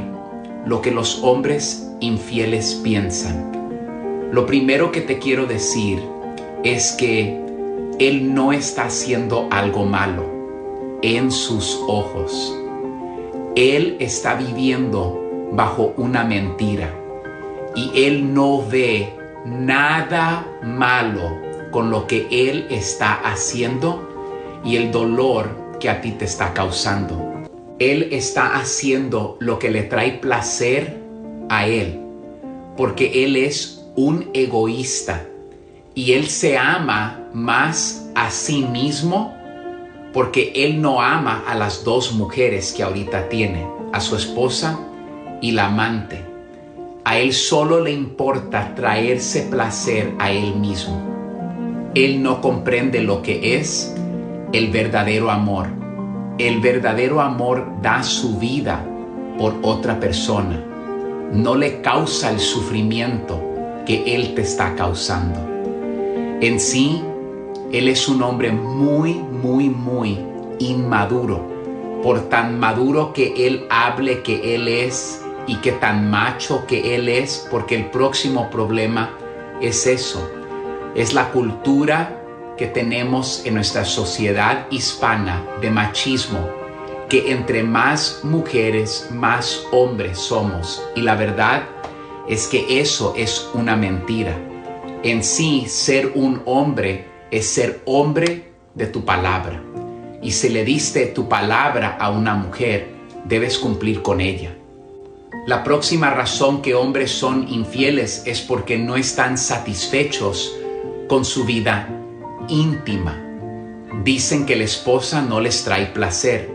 lo que los hombres infieles piensan. Lo primero que te quiero decir es que él no está haciendo algo malo en sus ojos. Él está viviendo bajo una mentira y él no ve nada malo con lo que él está haciendo y el dolor que a ti te está causando. Él está haciendo lo que le trae placer a él porque él es un egoísta y él se ama más a sí mismo porque él no ama a las dos mujeres que ahorita tiene, a su esposa y la amante. A él solo le importa traerse placer a él mismo. Él no comprende lo que es el verdadero amor. El verdadero amor da su vida por otra persona. No le causa el sufrimiento que él te está causando. En sí, él es un hombre muy, muy, muy inmaduro. Por tan maduro que él hable que él es y que tan macho que él es, porque el próximo problema es eso. Es la cultura que tenemos en nuestra sociedad hispana de machismo, que entre más mujeres, más hombres somos. Y la verdad es que eso es una mentira. En sí, ser un hombre es ser hombre de tu palabra. Y si le diste tu palabra a una mujer, debes cumplir con ella. La próxima razón que hombres son infieles es porque no están satisfechos con su vida íntima. Dicen que la esposa no les trae placer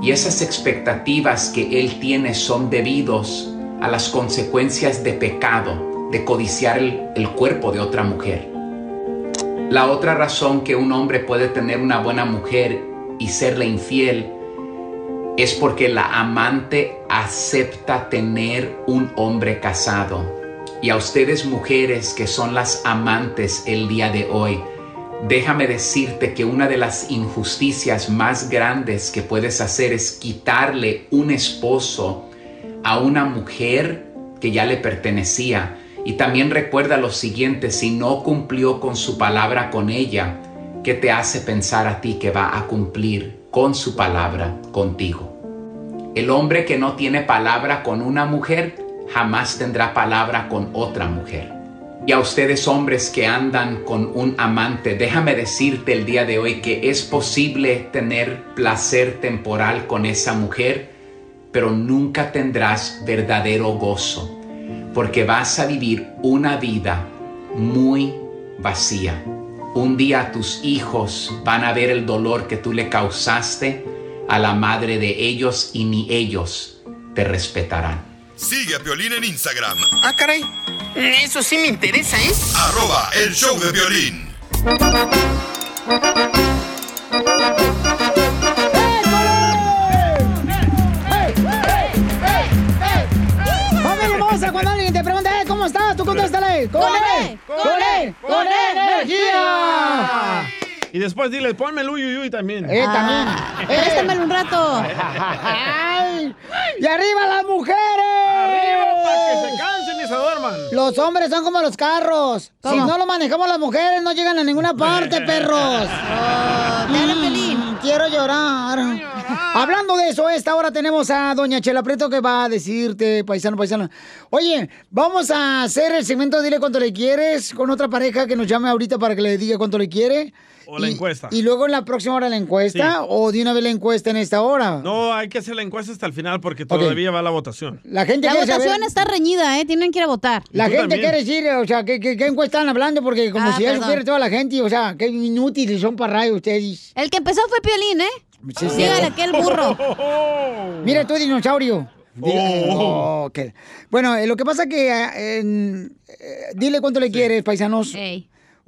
y esas expectativas que él tiene son debidos a las consecuencias de pecado, de codiciar el, el cuerpo de otra mujer. La otra razón que un hombre puede tener una buena mujer y serle infiel es porque la amante acepta tener un hombre casado. Y a ustedes mujeres que son las amantes el día de hoy, déjame decirte que una de las injusticias más grandes que puedes hacer es quitarle un esposo a una mujer que ya le pertenecía. Y también recuerda lo siguiente, si no cumplió con su palabra con ella, ¿qué te hace pensar a ti que va a cumplir con su palabra contigo? El hombre que no tiene palabra con una mujer jamás tendrá palabra con otra mujer. Y a ustedes hombres que andan con un amante, déjame decirte el día de hoy que es posible tener placer temporal con esa mujer, pero nunca tendrás verdadero gozo, porque vas a vivir una vida muy vacía. Un día tus hijos van a ver el dolor que tú le causaste a la madre de ellos y ni ellos te respetarán. Sigue a Piolín en Instagram. Ah, caray. Eso sí me interesa, ¿eh? Arroba el show de violín. ¡Familia hermosa! Cuando alguien te pregunta, "Eh, ¿cómo estás? Tú contéstale. ¡Con él! ¡Con él! ¡Con él! ¡Energía! Y después dile, ponme el uyuyuy también. Ah. Eh, también. Eh. Préstamelo un rato. ¡Ay! ¡Y arriba las mujeres! ¡Arriba para que se cansen y se duerman! Los hombres son como los carros. Si ¿Cómo? no lo manejamos las mujeres, no llegan a ninguna parte, perros. Mm, quiero llorar. Hablando de eso, a esta hora tenemos a Doña Chela Prieto que va a decirte, paisano, paisano. Oye, vamos a hacer el segmento Dile cuánto le quieres con otra pareja que nos llame ahorita para que le diga cuánto le quiere. O la Y- encuesta. Y luego en la próxima hora la encuesta Sí. o de una vez la encuesta en esta hora. No, hay que hacer la encuesta hasta el final porque todavía va la votación. La gente La quiere saber- votación está reñida, ¿eh? Tienen que ir a votar. La gente quiere decir, o sea, ¿qué, qué, qué encuesta están hablando? Porque como Ah, si ya perdón. supiera toda la gente, o sea, qué inútiles son para radio ustedes. El que empezó fue Piolín, ¿eh? Sí, sí. Dígale que el burro. Mira tú, dinosaurio. Di- Oh. Oh, qué- Bueno, eh, lo que pasa que, eh, en- eh, dile cuánto le quieres, paisanos.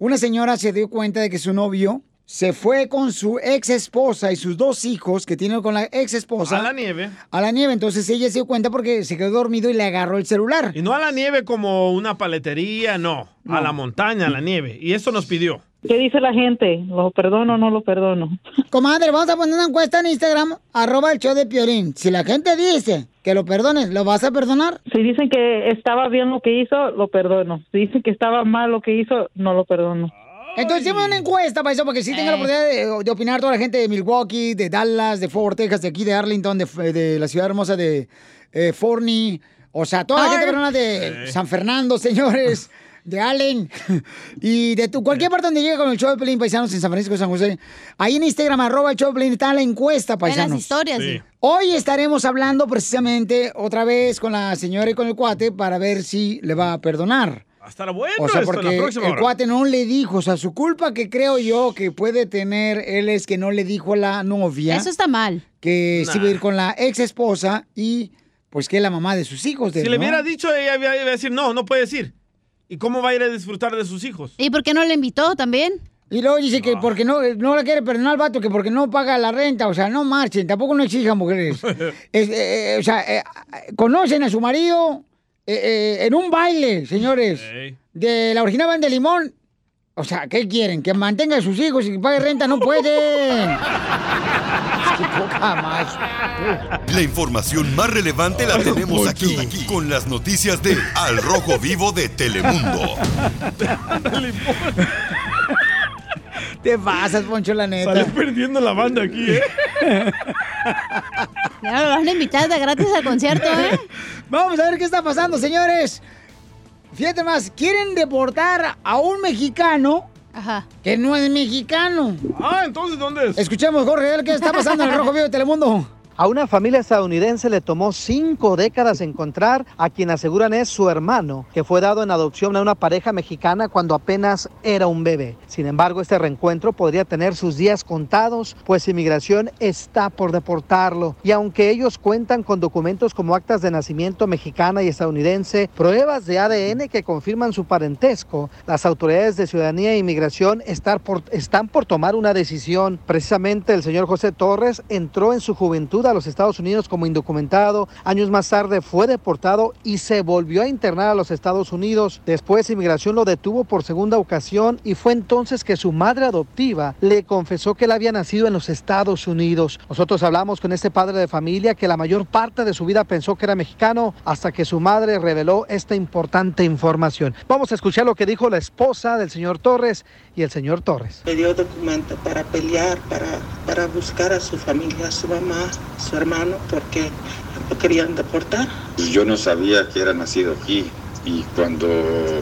Una señora se dio cuenta de que su novio se fue con su ex esposa y sus dos hijos que tiene con la ex esposa. A la nieve. A la nieve, entonces ella se dio cuenta porque se quedó dormido y le agarró el celular. Y no a la nieve como una paletería, no. A la montaña, a la nieve. Y eso nos pidió. ¿Qué dice la gente? ¿Lo perdono o no lo perdono? Comadre, vamos a poner una encuesta en Instagram, arroba el show de Piolín. Si la gente dice que lo perdones, ¿lo vas a perdonar? Si dicen que estaba bien lo que hizo, lo perdono. Si dicen que estaba mal lo que hizo, no lo perdono. Entonces, hicimos una encuesta para eso, porque sí tenga la Eh. oportunidad de, de opinar toda la gente de Milwaukee, de Dallas, de Fort Worth, Texas, de aquí, de Arlington, de, eh, de la ciudad hermosa de eh, Forney. O sea, toda la gente perdona de Sí. San Fernando, señores, de Allen. Y de tu, cualquier parte donde llegue con el show de Pelín Paisanos en San Francisco, San José. Ahí en Instagram, arroba el show de Pelín, está la encuesta, paisanos. historias, Sí. sí. Hoy estaremos hablando precisamente otra vez con la señora y con el cuate para ver si le va a perdonar. Hasta la vuelta. O sea, esto, en la porque próxima el hora. cuate no le dijo, o sea, su culpa que creo yo que puede tener él es que no le dijo a la novia. Eso está mal. Que Nah. se iba a ir con la ex esposa y pues que es la mamá de sus hijos. de Si él, le ¿no? hubiera dicho, ella iba iba a decir, no, no puedes ir. ¿Y cómo va a ir a disfrutar de sus hijos? ¿Y por qué no le invitó también? Y luego dice que porque no, no la quiere perdonar al vato, que porque no paga la renta, o sea, no marchen, tampoco no exijan mujeres. Es, eh, eh, o sea, eh, eh, conocen a su marido eh, eh, en un baile, señores, de la original Van de Limón. O sea, ¿qué quieren? Que mantenga a sus hijos y que pague renta, no pueden. Qué poca más. La información más relevante la tenemos aquí, aquí, con las noticias de Al Rojo Vivo de Telemundo. Te pasas, Poncho, la neta. Sales perdiendo la banda aquí, ¿eh? Ya lo van a invitar de gratis al concierto, ¿eh? Vamos a ver qué está pasando, señores. Fíjate más, quieren deportar a un mexicano que no es mexicano. Ah, entonces, ¿dónde es? Escuchemos, Jorge, a ver qué está pasando en el Rojo Vivo de Telemundo. A una familia estadounidense le tomó cinco décadas encontrar a quien aseguran es su hermano, que fue dado en adopción a una pareja mexicana cuando apenas era un bebé. Sin embargo, este reencuentro podría tener sus días contados, pues inmigración está por deportarlo. Y aunque ellos cuentan con documentos como actas de nacimiento mexicana y estadounidense, pruebas de ADN que confirman su parentesco, las autoridades de ciudadanía e inmigración estar por- están por tomar una decisión. Precisamente el señor José Torres entró en su juventud a los Estados Unidos como indocumentado. Años más tarde fue deportado y se volvió a internar a los Estados Unidos. Después inmigración lo detuvo por segunda ocasión y fue entonces que su madre adoptiva le confesó que él había nacido en los Estados Unidos. Nosotros hablamos con este padre de familia que la mayor parte de su vida pensó que era mexicano hasta que su madre reveló esta importante información. Vamos a escuchar lo que dijo la esposa del señor Torres y el señor Torres. Le dio documento para pelear, para, para buscar a su familia, a su mamá, a su hermano, porque lo querían deportar. Pues Yo no sabía que era nacido aquí y cuando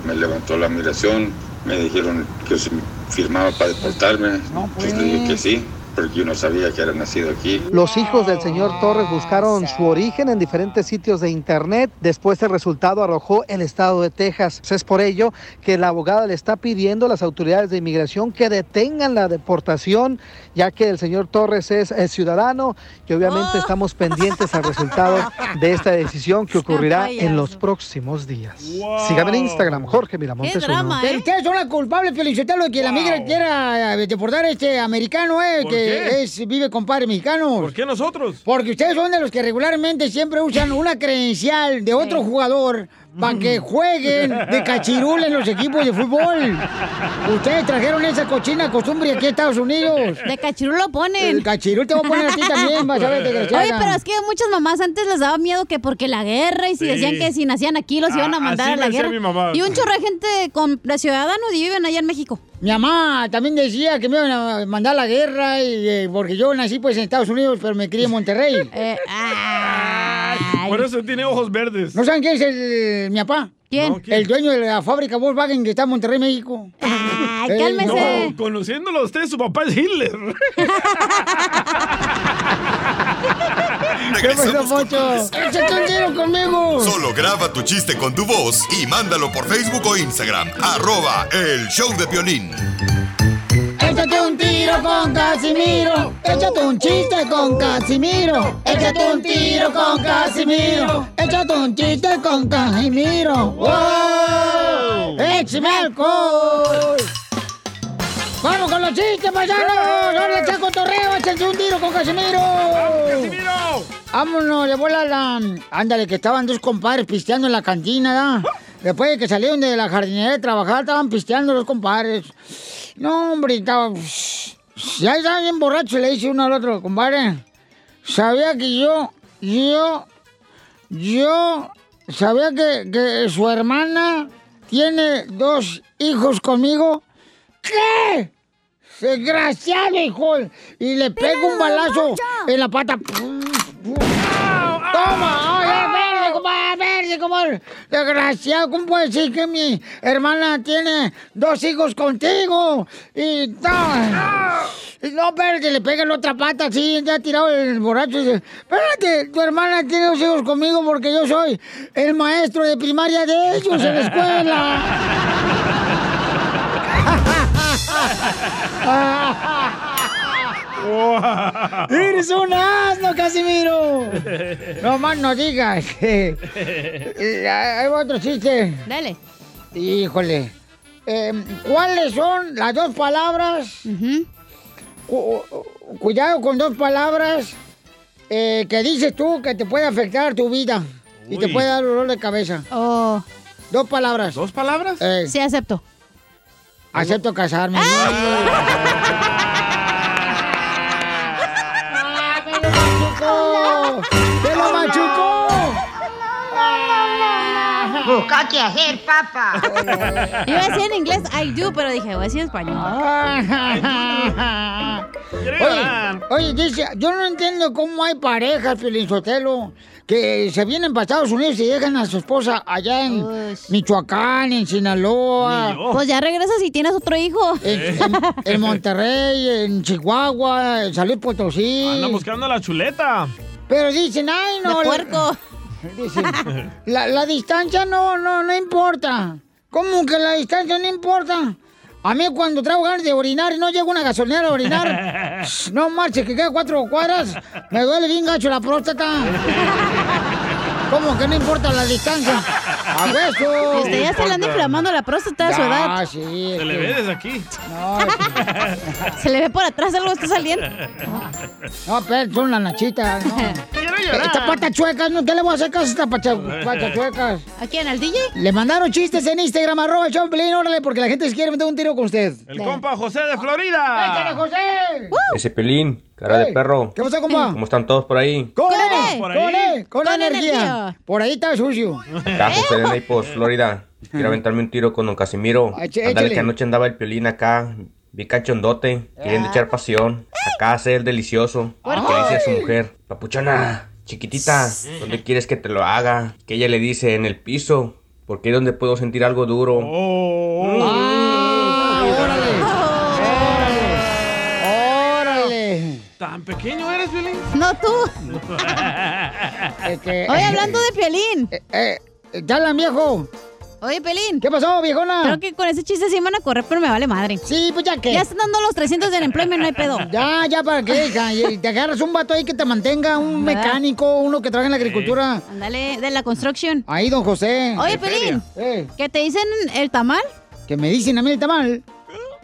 me levantó la migración me dijeron que si firmaba para deportarme. Pues le dije que sí, porque yo no sabía que era nacido aquí. Los hijos del señor Torres buscaron su origen en diferentes sitios de internet. Después el resultado arrojó el estado de Texas. Es por ello que la abogada le está pidiendo a las autoridades de inmigración que detengan la deportación, ya que el señor Torres es, eh, ciudadano y obviamente estamos pendientes al resultado de esta decisión que ocurrirá en los próximos días. Sígame en Instagram, Jorge Miramontes. uno. ¿eh? Pero ustedes son las culpables, Felicitalo, de que la migra quiera eh, deportar a este americano, eh, ¿Por que qué? es, vive con padres mexicanos. ¿Por qué nosotros? Porque ustedes son de los que regularmente siempre usan una credencial de otro jugador para que jueguen de cachirul en los equipos de fútbol. Ustedes trajeron esa cochina costumbre aquí a Estados Unidos. De cachirul lo ponen. El cachirul te voy a poner a ti también, vas a ver, desgraciada. Oye, pero es que muchas mamás antes les daba miedo que porque la guerra y si Sí. decían que si nacían aquí los Ah, iban a mandar así a la me decía guerra. mi mamá. Y un chorro de gente con de ciudadanos y viven allá en México. Mi mamá también decía que me iban a mandar a la guerra y, eh, porque yo nací pues en Estados Unidos, pero me crié en Monterrey. Eh, ah. Por eso tiene ojos verdes. ¿No saben quién es el, mi papá? ¿Quién? El dueño de la fábrica Volkswagen que está en Monterrey, México. ¡Ay, No, conociéndolo a usted, su papá es Hitler. Regresamos con más. ¡Échate un tiro conmigo! Solo graba tu chiste con tu voz y mándalo por Facebook o Instagram. Arroba el show de violín. Échate un tiro con Casimiro. Échate un chiste con Casimiro. Échate un tiro con Casimiro. Échate un chiste con Casimiro. ¡Wow! ¡Échame alcohol! ¡Vamos con los chistes, paisanos! ¡Ahora está cotorreo! ¡Échense un tiro con Casimiro! Casimiro! ¡Vámonos, le vuela la... Ándale, que estaban dos compadres pisteando en la cantina, ¿da? Después de que salieron de la jardinería de trabajar, estaban pisteando los compadres. No, hombre, estaba... Ya estaba bien borracho, le dice uno al otro, compadre. Sabía que yo, yo yo sabía que, que su hermana tiene dos hijos conmigo. ¿Qué? Desgraciado, hijo. Y le pego un balazo en la pata. ¡Toma! ¡Ay, a ver, compadre, a ver, compadre! Desgraciado, ¿cómo puede decir que mi hermana tiene dos hijos contigo? Y ta- Y No, espérate, le pega la otra pata así, ya ha tirado el borracho y dice, espérate, tu hermana tiene dos hijos conmigo porque yo soy el maestro de primaria de ellos en la escuela. ¡Eres un asno, Casimiro! No más no digas. Eh, Hay otro chiste. Dale. Híjole. Em, ¿Cuáles son las dos palabras? Cu- cuidado con dos palabras eh, que dices tú que te puede afectar tu vida y te Uy. puede dar dolor de cabeza. Dos palabras. ¿Dos palabras? Oh. Sí, acepto. Acepto casarme. ¡Te lo machucó! Busca qué hacer, papá. Iba a decir en inglés I do, pero dije, voy a decir en español. Oye, oye, dice, yo no entiendo cómo hay parejas, Sotelo, que se vienen para Estados Unidos y dejan a su esposa allá en Michoacán, en Sinaloa. Pues ya regresas y tienes otro hijo. Eh. En, en- en Monterrey, en Chihuahua, en San Luis Potosí. Anda buscando la chuleta. Pero dicen, ay, no. la- De puerco. Dicen, la, la distancia no, no, no importa. ¿Cómo que la distancia no importa? A mí cuando traigo ganas de orinar y no llego a una gasolinera a orinar, no marches, que queda cuatro cuadras, me duele bien gacho la próstata. ¿Cómo que no importa la distancia? A hueso. Usted Este, ya se le anda inflamando la próstata a su Ya, edad. sí. Se le ve desde aquí. Se le ve por atrás algo está saliendo. No, pero son las nachitas, no. Eh, Quiero Estas patas chuecas, ¿no? ¿Qué le voy a hacer caso a estas pacha- patas chuecas? ¿A quién? ¿Al DJ? Le mandaron chistes en Instagram, arroba el show de Piolín, órale, porque la gente se quiere meter un tiro con usted. El compa José de Florida. Ah. ¡Échale, José! Ese pelín, cara de Ey, perro. ¿Qué pasó, compa? ¿Cómo están todos por ahí? ¡Con Con él! él, por ¡Con ahí. él! ¡Con, Con energía! energía. Por ahí está sucio. Acá, José de Naples, Florida. Quiero aventarme un tiro con don Casimiro. Ah, che, Ándale, échale. que anoche andaba el piolín acá. Vi cachondote, Ah. queriendo echar pasión. Acá hace el delicioso. ¿Por Que le dice a su qué? mujer, papuchona, chiquitita, ¿dónde quieres que te lo haga? Que ella le dice, en el piso, porque es donde puedo sentir algo duro. Oh. ¡Órale! ¿Tan pequeño eres, Violín? No tú. Oye, hablando de Piolín. Eh, eh, ¡Dale, viejo! Oye, Pelín. ¿Qué pasó, viejona? Creo que con ese chiste sí me van a correr, pero me vale madre. Sí, pues ya que. Ya están dando los 300 del employment, no hay pedo. Ya, ya, ¿para qué, hija? Y Te agarras un vato ahí que te mantenga, un ¿Verdad? mecánico, uno que trabaja en la agricultura. Ah, Ándale, de la construction. Ahí, don José. Oye, Pelín. Eh. ¿Qué te dicen el tamal? Que me dicen a mí el tamal.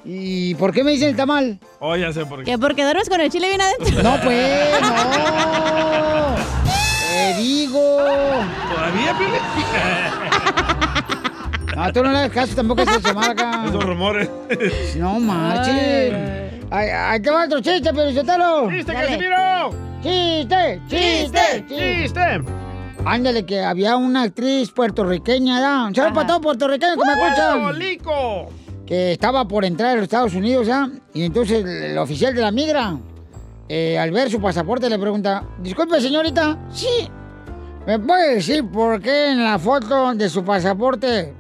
¿Y por qué me dicen el tamal? Oh, ya sé por qué. Que porque duermes con el chile bien adentro. No, pues, no. Te digo. ¿Todavía, Piolín? No, Ah, tú no le hagas caso tampoco a esa chamaca. Esos rumores. No marches. Ay, ay, ¿qué va otro chiste, pero Sotelo? ¡Chiste, Dale. Casimiro! ¡Chiste! ¡Chiste! ¡Chiste! Ándale, que había una actriz puertorriqueña, ¿ya? Un saludo para todos puertorriqueños que me escuchan. ¡Lico! que estaba por entrar a los Estados Unidos, ¿ah? Y entonces el, el oficial de la migra, eh, al ver su pasaporte, le pregunta, disculpe señorita, sí, ¿me puede decir por qué en la foto de su pasaporte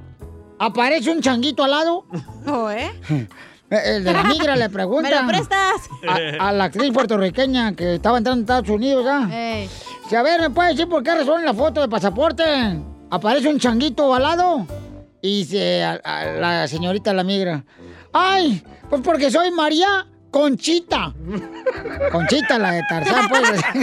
aparece un changuito al lado? No, ¿eh? Eh, El de la migra le pregunta. ¿Me lo prestas? A, a la actriz puertorriqueña que estaba entrando a Estados Unidos, ¿ah? Eh. Si, a ver, ¿me puede decir por qué razón en la foto de pasaporte aparece un changuito balado? Y dice a- a la señorita la migra, ¡ay! Pues porque soy María Conchita. Conchita, la de Tarzán, pues.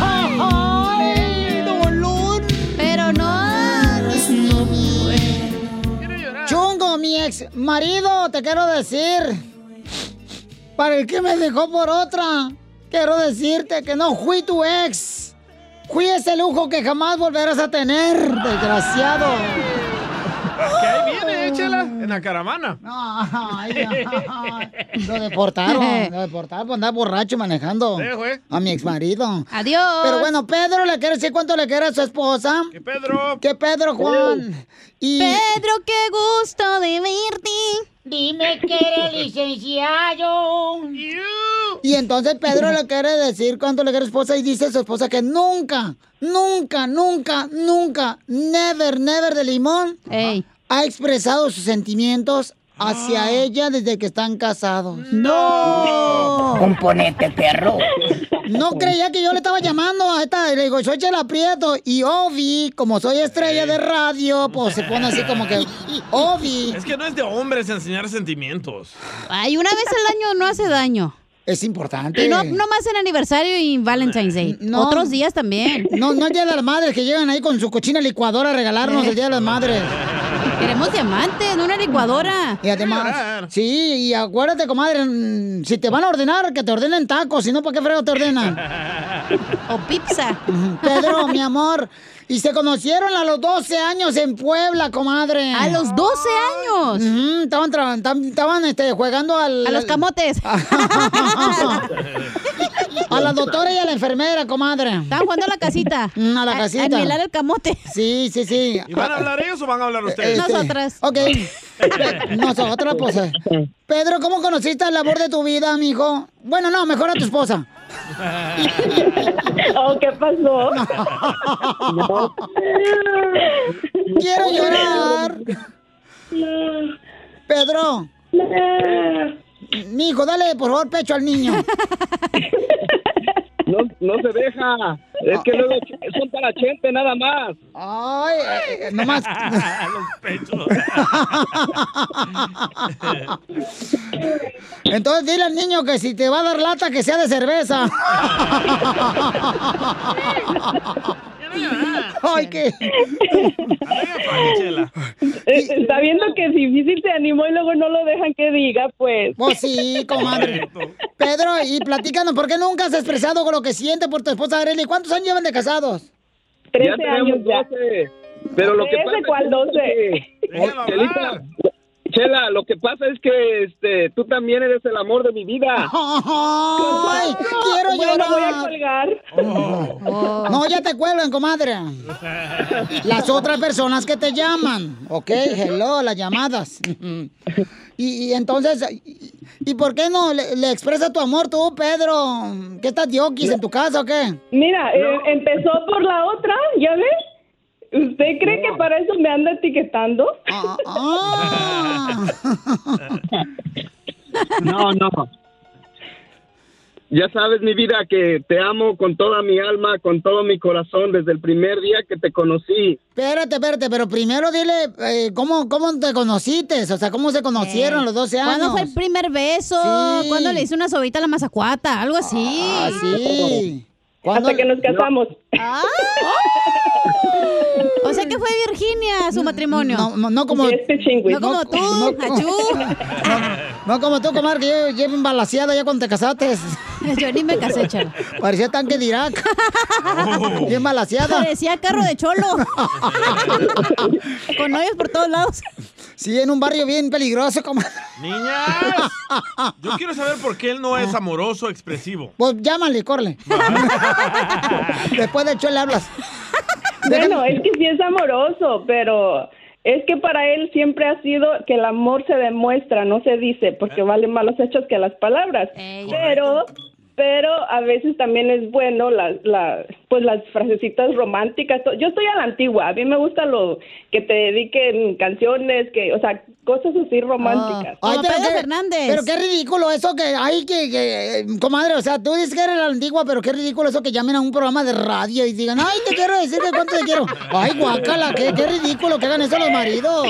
¡Ay, dolor! Pero no. No puedo. Chungo, mi ex marido, te quiero decir. Para el que me dejó por otra, quiero decirte que no fui tu ex. Fui ese lujo que jamás volverás a tener, desgraciado. Que ahí viene, échala. En la caramana. Ay, ay, lo deportaron, lo deportaron por andar borracho manejando Sí, güey. a mi ex marido. Adiós. Pero bueno, Pedro le quiere decir cuánto le quiere a su esposa. ¿Qué Pedro? Oh. ¿Qué Pedro, Juan? Y... Pedro, qué gusto de verte. Dime que eres licenciado. Y entonces Pedro le quiere decir cuánto le quiere a su esposa y dice a su esposa que nunca, nunca, nunca, nunca, never, never de limón ha expresado sus sentimientos hacia ella desde que están casados. ¡No! Componente, perro. No creía que yo le estaba llamando a esta. y Le digo, soy Chela Prieto. Y Ovi, como soy estrella de radio, pues se pone así como que. Ovi. Es que no es de hombres enseñar sentimientos. Ay, una vez al año no hace daño. Es importante. Y no, no más en aniversario y Valentine's Day. No. Otros días también. No, no el Día de las Madres que llegan ahí con su cochina licuadora a regalarnos el Día de las Madres. Queremos diamantes, no una licuadora. Y además, sí, y acuérdate, comadre, mm, si te van a ordenar, que te ordenen tacos, si no, ¿para qué frego te ordenan? o pizza. Pedro, mi amor, y se conocieron a los 12 años en Puebla, comadre. ¿A los 12 años? estaban tra- tam- estaban este, jugando al... A los camotes. a la doctora y a la enfermera, comadre. Estaban jugando a la casita. a la A- casita. a nivelar el camote. Sí, sí, sí. ¿Y van a hablar ellos o van a hablar ustedes? Este, Ok. Nosotras, pues. eh. Pedro, ¿cómo conociste el amor de tu vida, mijo? Bueno, no, mejor a tu esposa. Oh, ¿qué pasó? Quiero llorar. Pedro. Mijo, dale, por favor, pecho al niño. No, no se deja. Es que luego ch- son para gente nada más. Ay, eh, nomás. Los pechos. Entonces dile al niño que si te va a dar lata, que sea de cerveza. Ay, qué. Eh, Está viendo que es difícil se animó y luego no lo dejan que diga, pues. Pues sí, comadre. Pedro, y platícanos, ¿por qué nunca has expresado lo que siente por tu esposa Arely? ¿Cuántos años llevan de casados? Ya tenemos 12. Pero lo que Ese pasa cual es 12. que- Chelita, Chela, lo que pasa es que este, tú también eres el amor de mi vida. Ay, quiero Bueno, llorar. Oh. voy a colgar. No, ya te cuelgan, comadre. Las otras personas que te llaman. Ok, hello, las llamadas. Y, y entonces, y, y por qué no le, le expresa tu amor tú, Pedro? ¿Qué estás diokis en tu casa o qué? Mira, eh, empezó por la otra, ¿ya ves? ¿Usted cree que para eso me anda etiquetando? No, no. Ya sabes, mi vida, que te amo con toda mi alma, con todo mi corazón, desde el primer día que te conocí. Espérate, espérate, pero primero dile eh, ¿cómo, cómo te conociste, o sea, cómo se conocieron los 12 años. Eh, ¿Cuándo fue el primer beso? Sí. ¿Cuándo le hice una sobita a la mazacuata? Algo así. Ah, sí. Hasta que nos casamos. O sea que fue Virginia su matrimonio. No, no como- Este chingüe. No como tú, no como- No como tú, comadre, que yo llevo embalaseada ya cuando te casaste. Yo ni me casé, chavo. Parecía tanque de Irak. Bien balaseada. Parecía carro de cholo. Con hoyos por todos lados. Sí, en un barrio bien peligroso, comadre. Niñas, yo quiero saber por qué él no es amoroso, expresivo. Pues llámale, corle. Después de hecho le hablas. Bueno, es que sí es amoroso, pero es que para él siempre ha sido que el amor se demuestra, no se dice, porque valen más los hechos que las palabras. Pero pero a veces también es bueno la, la- pues las frasecitas románticas. To- Yo estoy a la antigua, a mí me gusta lo que te dediquen canciones, que o sea, cosas así románticas. Ah, Ay, qué- Pero qué ridículo eso que hay que, que, eh, comadre, o sea, tú dices que eres la antigua, pero qué ridículo eso que llamen a un programa de radio y digan, ay, te quiero decir que cuánto te quiero. Ay, guácala, qué, qué ridículo que hagan eso los maridos.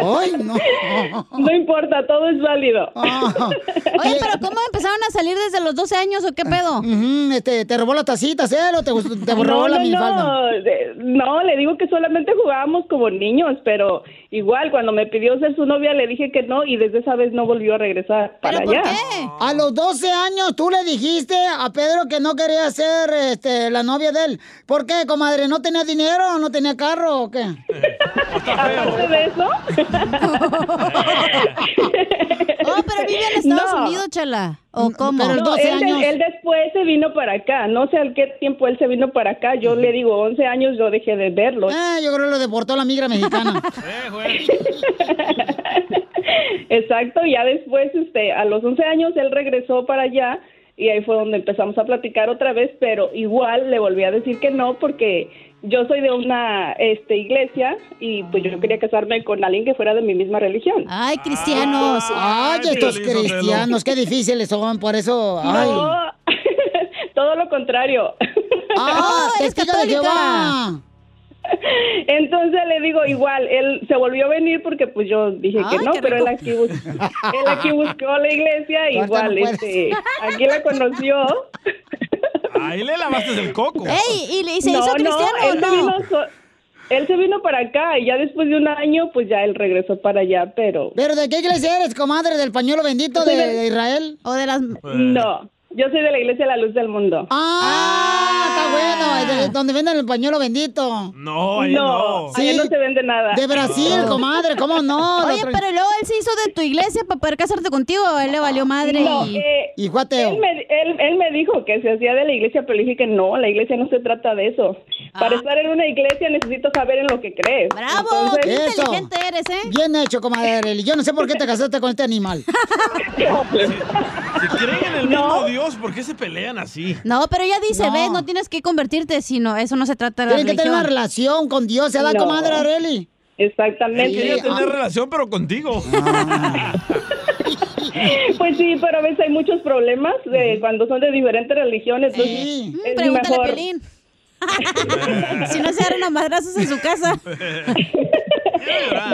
Ay, no. Ah. No importa, todo es válido. Oye, pero ¿cómo empezaron a salir desde los 12 años o qué pedo? este, te robó las tacitas, ¿eh? ¿O te, te No, robó la no, minifalda? no, de- no, le digo que solamente jugábamos como niños, pero igual cuando me pidió ser su novia le dije que no y desde esa vez no volvió a regresar para allá. A los 12 años tú le dijiste a Pedro que no quería ser este, la novia de él. ¿Por qué, comadre? ¿No tenía dinero? ¿No tenía carro o qué? Aparte de eso, Oh, pero vive en Estados No. Unidos, chala. ¿O cómo? No, él, de- él después se vino para acá, no sé al qué tiempo él se vino para acá, yo le digo 11 años yo dejé de verlo. Ah, yo creo que lo deportó la migra mexicana. Eh, Exacto, ya después, este, a los 11 años él regresó para allá y ahí fue donde empezamos a platicar otra vez, pero igual le volví a decir que no porque yo soy de una este, iglesia y pues yo quería casarme con alguien que fuera de mi misma religión. Ay, cristianos. Ay, estos cristianos, qué difíciles son, por eso. Ay. No, todo lo contrario. Ah, Oh, eres testigo de Jehová. católica. Entonces le digo igual, él se volvió a venir porque pues yo dije Ay, que no, qué pero él rico. aquí, bus- él aquí buscó la iglesia Tú ahorita igual, no puedes. este, aquí la conoció. Ahí le lavaste el coco. No, no, él se vino so- Él se vino para acá y ya después de un año, pues ya él regresó para allá, pero... ¿Pero de qué iglesia eres, comadre? ¿Del pañuelo bendito de, de Israel? ¿O de las...? Pues No, yo soy de la iglesia La Luz del Mundo. Ah, está bueno. de- donde venden el pañuelo bendito. No, ahí No, no. allá no se vende nada. De Brasil, comadre, ¿cómo no? Oye, pero luego él se hizo de tu iglesia para poder casarte contigo. A él le valió madre. No, y... eh, Él me, él- él me dijo que se hacía de la iglesia, pero le dije que no, la iglesia no se trata de eso. Para estar en una iglesia necesito saber en lo que crees. ¡Bravo! Eso. eres, ¿eh? Bien hecho, comadre. Yo no sé por qué te casaste con este animal. Si creen en el mismo Dios, ¿por qué se pelean así? No, pero ella dice, ves, no tienes que convertirte, sino eso no se trata de la Tienen que tener religión. una relación con Dios, ¿se da, No. comadre Areli? Exactamente. Él quería tener ah. relación, pero contigo. Ah. Pues sí, pero a veces hay muchos problemas de cuando son de diferentes religiones. Entonces es Mm, pregúntale a mejor. Piolín. si no se agarran a madrazos en su casa.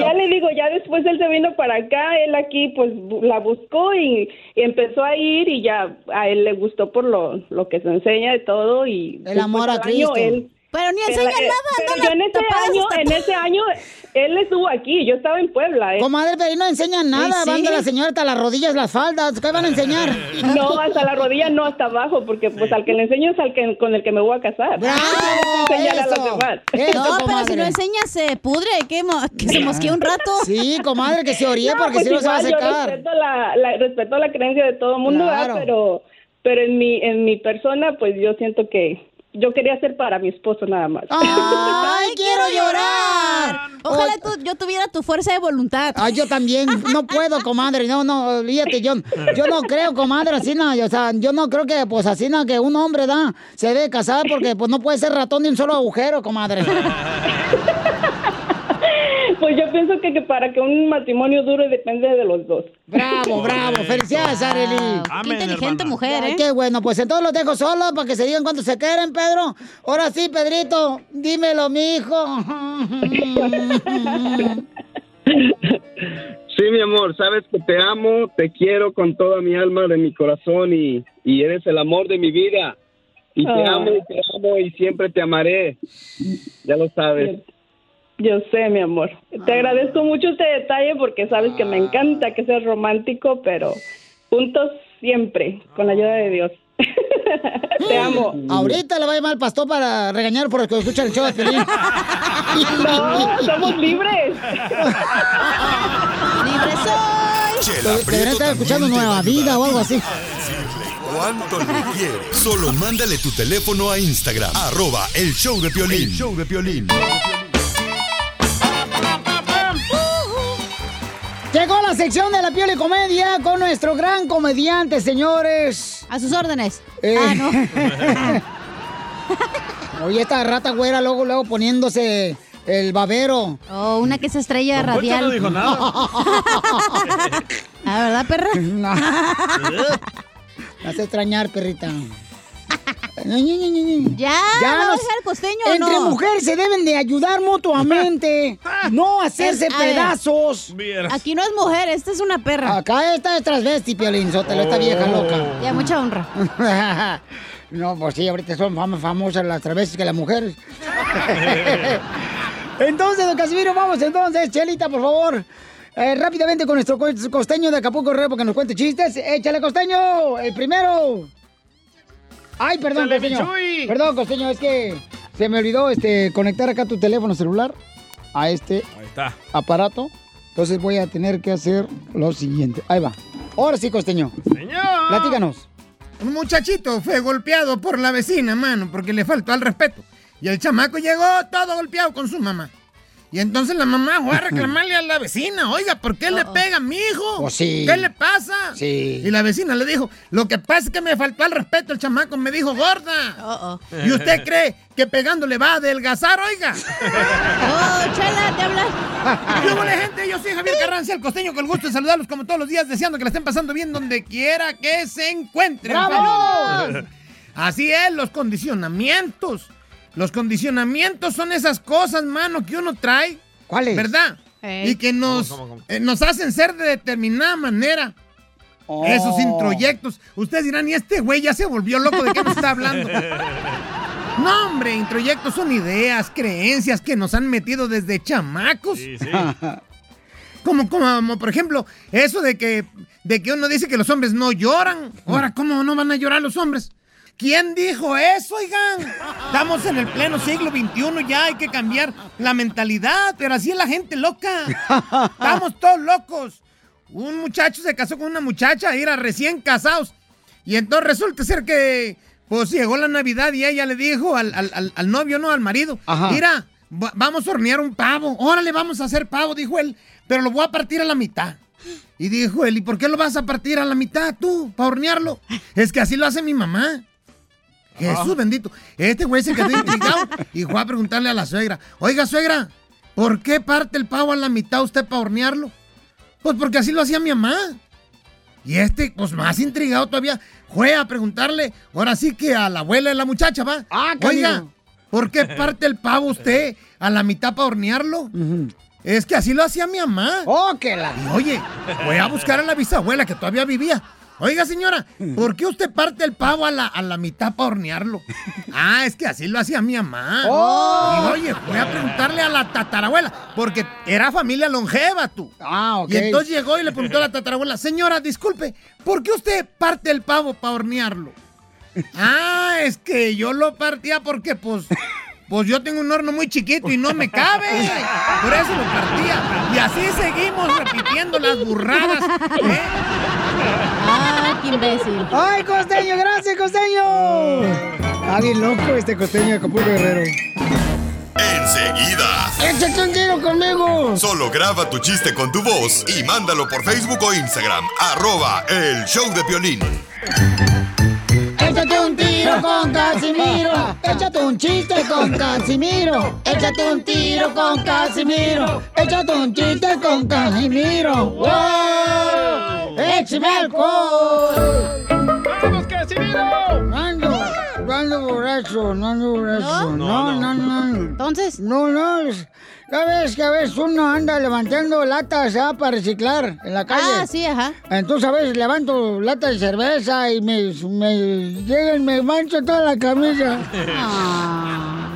Ya le digo, ya después él se vino para acá, él aquí pues bu- la buscó y, y empezó a ir y ya a él le gustó por lo, lo que se enseña de todo y El amor a después del año, Cristo. pero ni él- enseña eh, nada, pero anda yo en la ese tapada de año, sus en tatuajes. ese año él estuvo aquí, yo estaba en Puebla. eh. Comadre, pero ahí no enseñan nada. Sí, Van de sí. la señora hasta las rodillas, las faldas. ¿Qué van a enseñar? No, hasta la rodilla no, hasta abajo, porque pues al que le enseño es al que con el que me voy a casar. Ah, Tengo que enseñar a los demás. no, pero si no enseña se pudre, que, mo- que se mosquee un rato. Sí, comadre, que se oría No, porque pues si no se va a igual yo secar. Respeto la, la- respeto la creencia de todo el mundo, ¿verdad? Claro. pero pero en mi en mi persona pues yo siento que yo quería ser para mi esposo nada más. ¡Ay, quiero llorar! Ojalá tú- yo tuviera tu fuerza de voluntad. Ay, Ah, yo también. No puedo, comadre. No, no, olvídate. Yo, yo no creo, comadre, así no. O sea, yo no creo que, pues, así no, que un hombre da, se debe casar porque, pues, no puede ser ratón de un solo agujero, comadre. Pues yo pienso que, que para que un matrimonio dure depende de los dos. Bravo, bravo. Felicidades, Arely. inteligente mujer, Ay, ¿eh? Qué bueno. Pues entonces los dejo solos para que se digan cuánto se quieren, Pedro. Ahora sí, Pedrito, dímelo, mijo. Sí, mi amor, sabes que te amo, te quiero con toda mi alma, de mi corazón y, y eres el amor de mi vida. Y te Ah. amo, y te amo y siempre te amaré. Ya lo sabes. Yo sé, mi amor. Te agradezco mucho este detalle porque sabes que me encanta que seas romántico, pero juntos siempre, con la ayuda de Dios. Te amo. Ahorita le va a llamar al pastor para regañar por el que escucha el show de Piolín. No, somos libres. ¡Libre soy! Chela Deberían Prieto estar escuchando Nueva Vida o algo así. ¿Cuánto le quieres? Solo mándale tu teléfono a Instagram. Arroba el show de Piolín. show de Piolín. Llegó la sección de la piel y comedia con nuestro gran comediante, señores. A sus órdenes. Ah, no. Oye, esta rata güera luego, luego poniéndose el babero. Oh, una que se estrella Don Poncho radial. no dijo nada. ¿La Ah, verdad, perra? No. Me hace extrañar, perrita. Ya, Ya ¿va a nos- dejar el costeño o Entre no? mujeres se deben de ayudar mutuamente, no hacerse Es- a ver. pedazos. Vieras. Aquí no es mujer, esta es una perra. Acá esta es transvesti, Piolín Sotelo, esta vieja loca. Ya, mucha honra. no, pues sí, ahorita son fam- famosas las travestis que las mujeres. entonces, don Casimiro, vamos entonces, Chelita, por favor. Eh, rápidamente con nuestro co- costeño de Acapulco Reo para que nos cuente chistes. ¡Échale, costeño! ¡El primero! ¡Ay, perdón, Échale, costeño! Michuy. Perdón, costeño, es que se me olvidó este, conectar acá tu teléfono celular a este Ahí está. aparato. Entonces voy a tener que hacer lo siguiente. Ahí va. Ahora sí, costeño. Platícanos. Un muchachito fue golpeado por la vecina, mano, porque le faltó al respeto. Y el chamaco llegó todo golpeado con su mamá. Y entonces la mamá fue a reclamarle a la vecina, oiga, ¿por qué le pega a mi hijo? Pues sí. ¿Qué le pasa? Sí. Y la vecina le dijo, lo que pasa es que me faltó al respeto el chamaco, me dijo gorda. ¿Y usted cree que pegándole va a adelgazar, oiga? ¡Oh, chela, te hablas! ¿Qué hubo, gente? Yo soy Javier Carrancia, el costeño, con el gusto de saludarlos como todos los días, deseando que la estén pasando bien donde quiera que se encuentren. ¡Bravo! ¡Saludos! Así es, los condicionamientos. Los condicionamientos son esas cosas, mano, que uno trae. ¿Cuáles? ¿Verdad? Ey. Y que nos, ¿Cómo, cómo, cómo? eh, nos hacen ser de determinada manera. Esos introyectos. Ustedes dirán, y este güey ya se volvió loco, ¿de qué nos está hablando? No, hombre, introyectos son ideas, creencias que nos han metido desde chamacos. Como, como, como, por ejemplo, eso de que, de que uno dice que los hombres no lloran. Ahora, ¿cómo no van a llorar los hombres? ¿Quién dijo eso, oigan? Estamos en el pleno siglo XXI ya, hay que cambiar la mentalidad, pero así es la gente loca. Estamos todos locos. Un muchacho se casó con una muchacha, era recién casados. Y entonces resulta ser que, pues llegó la Navidad y ella le dijo al, al- al- al novio, no, al marido, Ajá. mira, va- vamos a hornear un pavo. Órale, vamos a hacer pavo, dijo él, pero lo voy a partir a la mitad. Y dijo él, ¿y por qué lo vas a partir a la mitad tú, para hornearlo? Es que así lo hace mi mamá. Jesús bendito. Este güey se quedó intrigado y fue a preguntarle a la suegra, oiga suegra, ¿por qué parte el pavo a la mitad usted para hornearlo? Pues porque así lo hacía mi mamá. Y este, pues más intrigado todavía, fue a preguntarle, ahora sí que a la abuela de la muchacha, va. Ah, canijo. Oiga, ¿por qué parte el pavo usted a la mitad para hornearlo? Es que así lo hacía mi mamá. ¡Oh, que la! oye, voy a buscar a la bisabuela que todavía vivía. Oiga, señora, ¿por qué usted parte el pavo a la, a la mitad para hornearlo? Ah, es que así lo hacía mi mamá. Y ¡Oh! oye, voy a preguntarle a la tatarabuela, porque era familia longeva tú. Ah, ok. Y entonces llegó y le preguntó a la tatarabuela, señora, disculpe, ¿por qué usted parte el pavo para hornearlo? Ah, es que yo lo partía porque pues, pues yo tengo un horno muy chiquito y no me cabe. Por eso lo partía. Y así seguimos repitiendo las burradas. ¡Ay, Ah, qué imbécil! ¡Ay, costeño! ¡Gracias, costeño! Está bien loco este costeño de Acapulco Guerrero. Enseguida. ¡Échate un tiro conmigo! Solo graba tu chiste con tu voz y mándalo por Facebook o Instagram. Arroba el show de violín. Échate un tiro con Casimiro. Échate un chiste con Casimiro. Échate un tiro con Casimiro. Échate un chiste con Casimiro. ¡Wow! ¡Échame alcohol! ¡Vamos, Casimiro! No ando, no ando borracho, no ando borracho. No, No, no, no. ¿Entonces? No, no. es- Ya ves que a veces uno anda levantando latas ah, para reciclar en la calle. Ah, sí, ajá. Entonces a veces levanto latas de cerveza y me, me llegan, me mancho toda la camisa.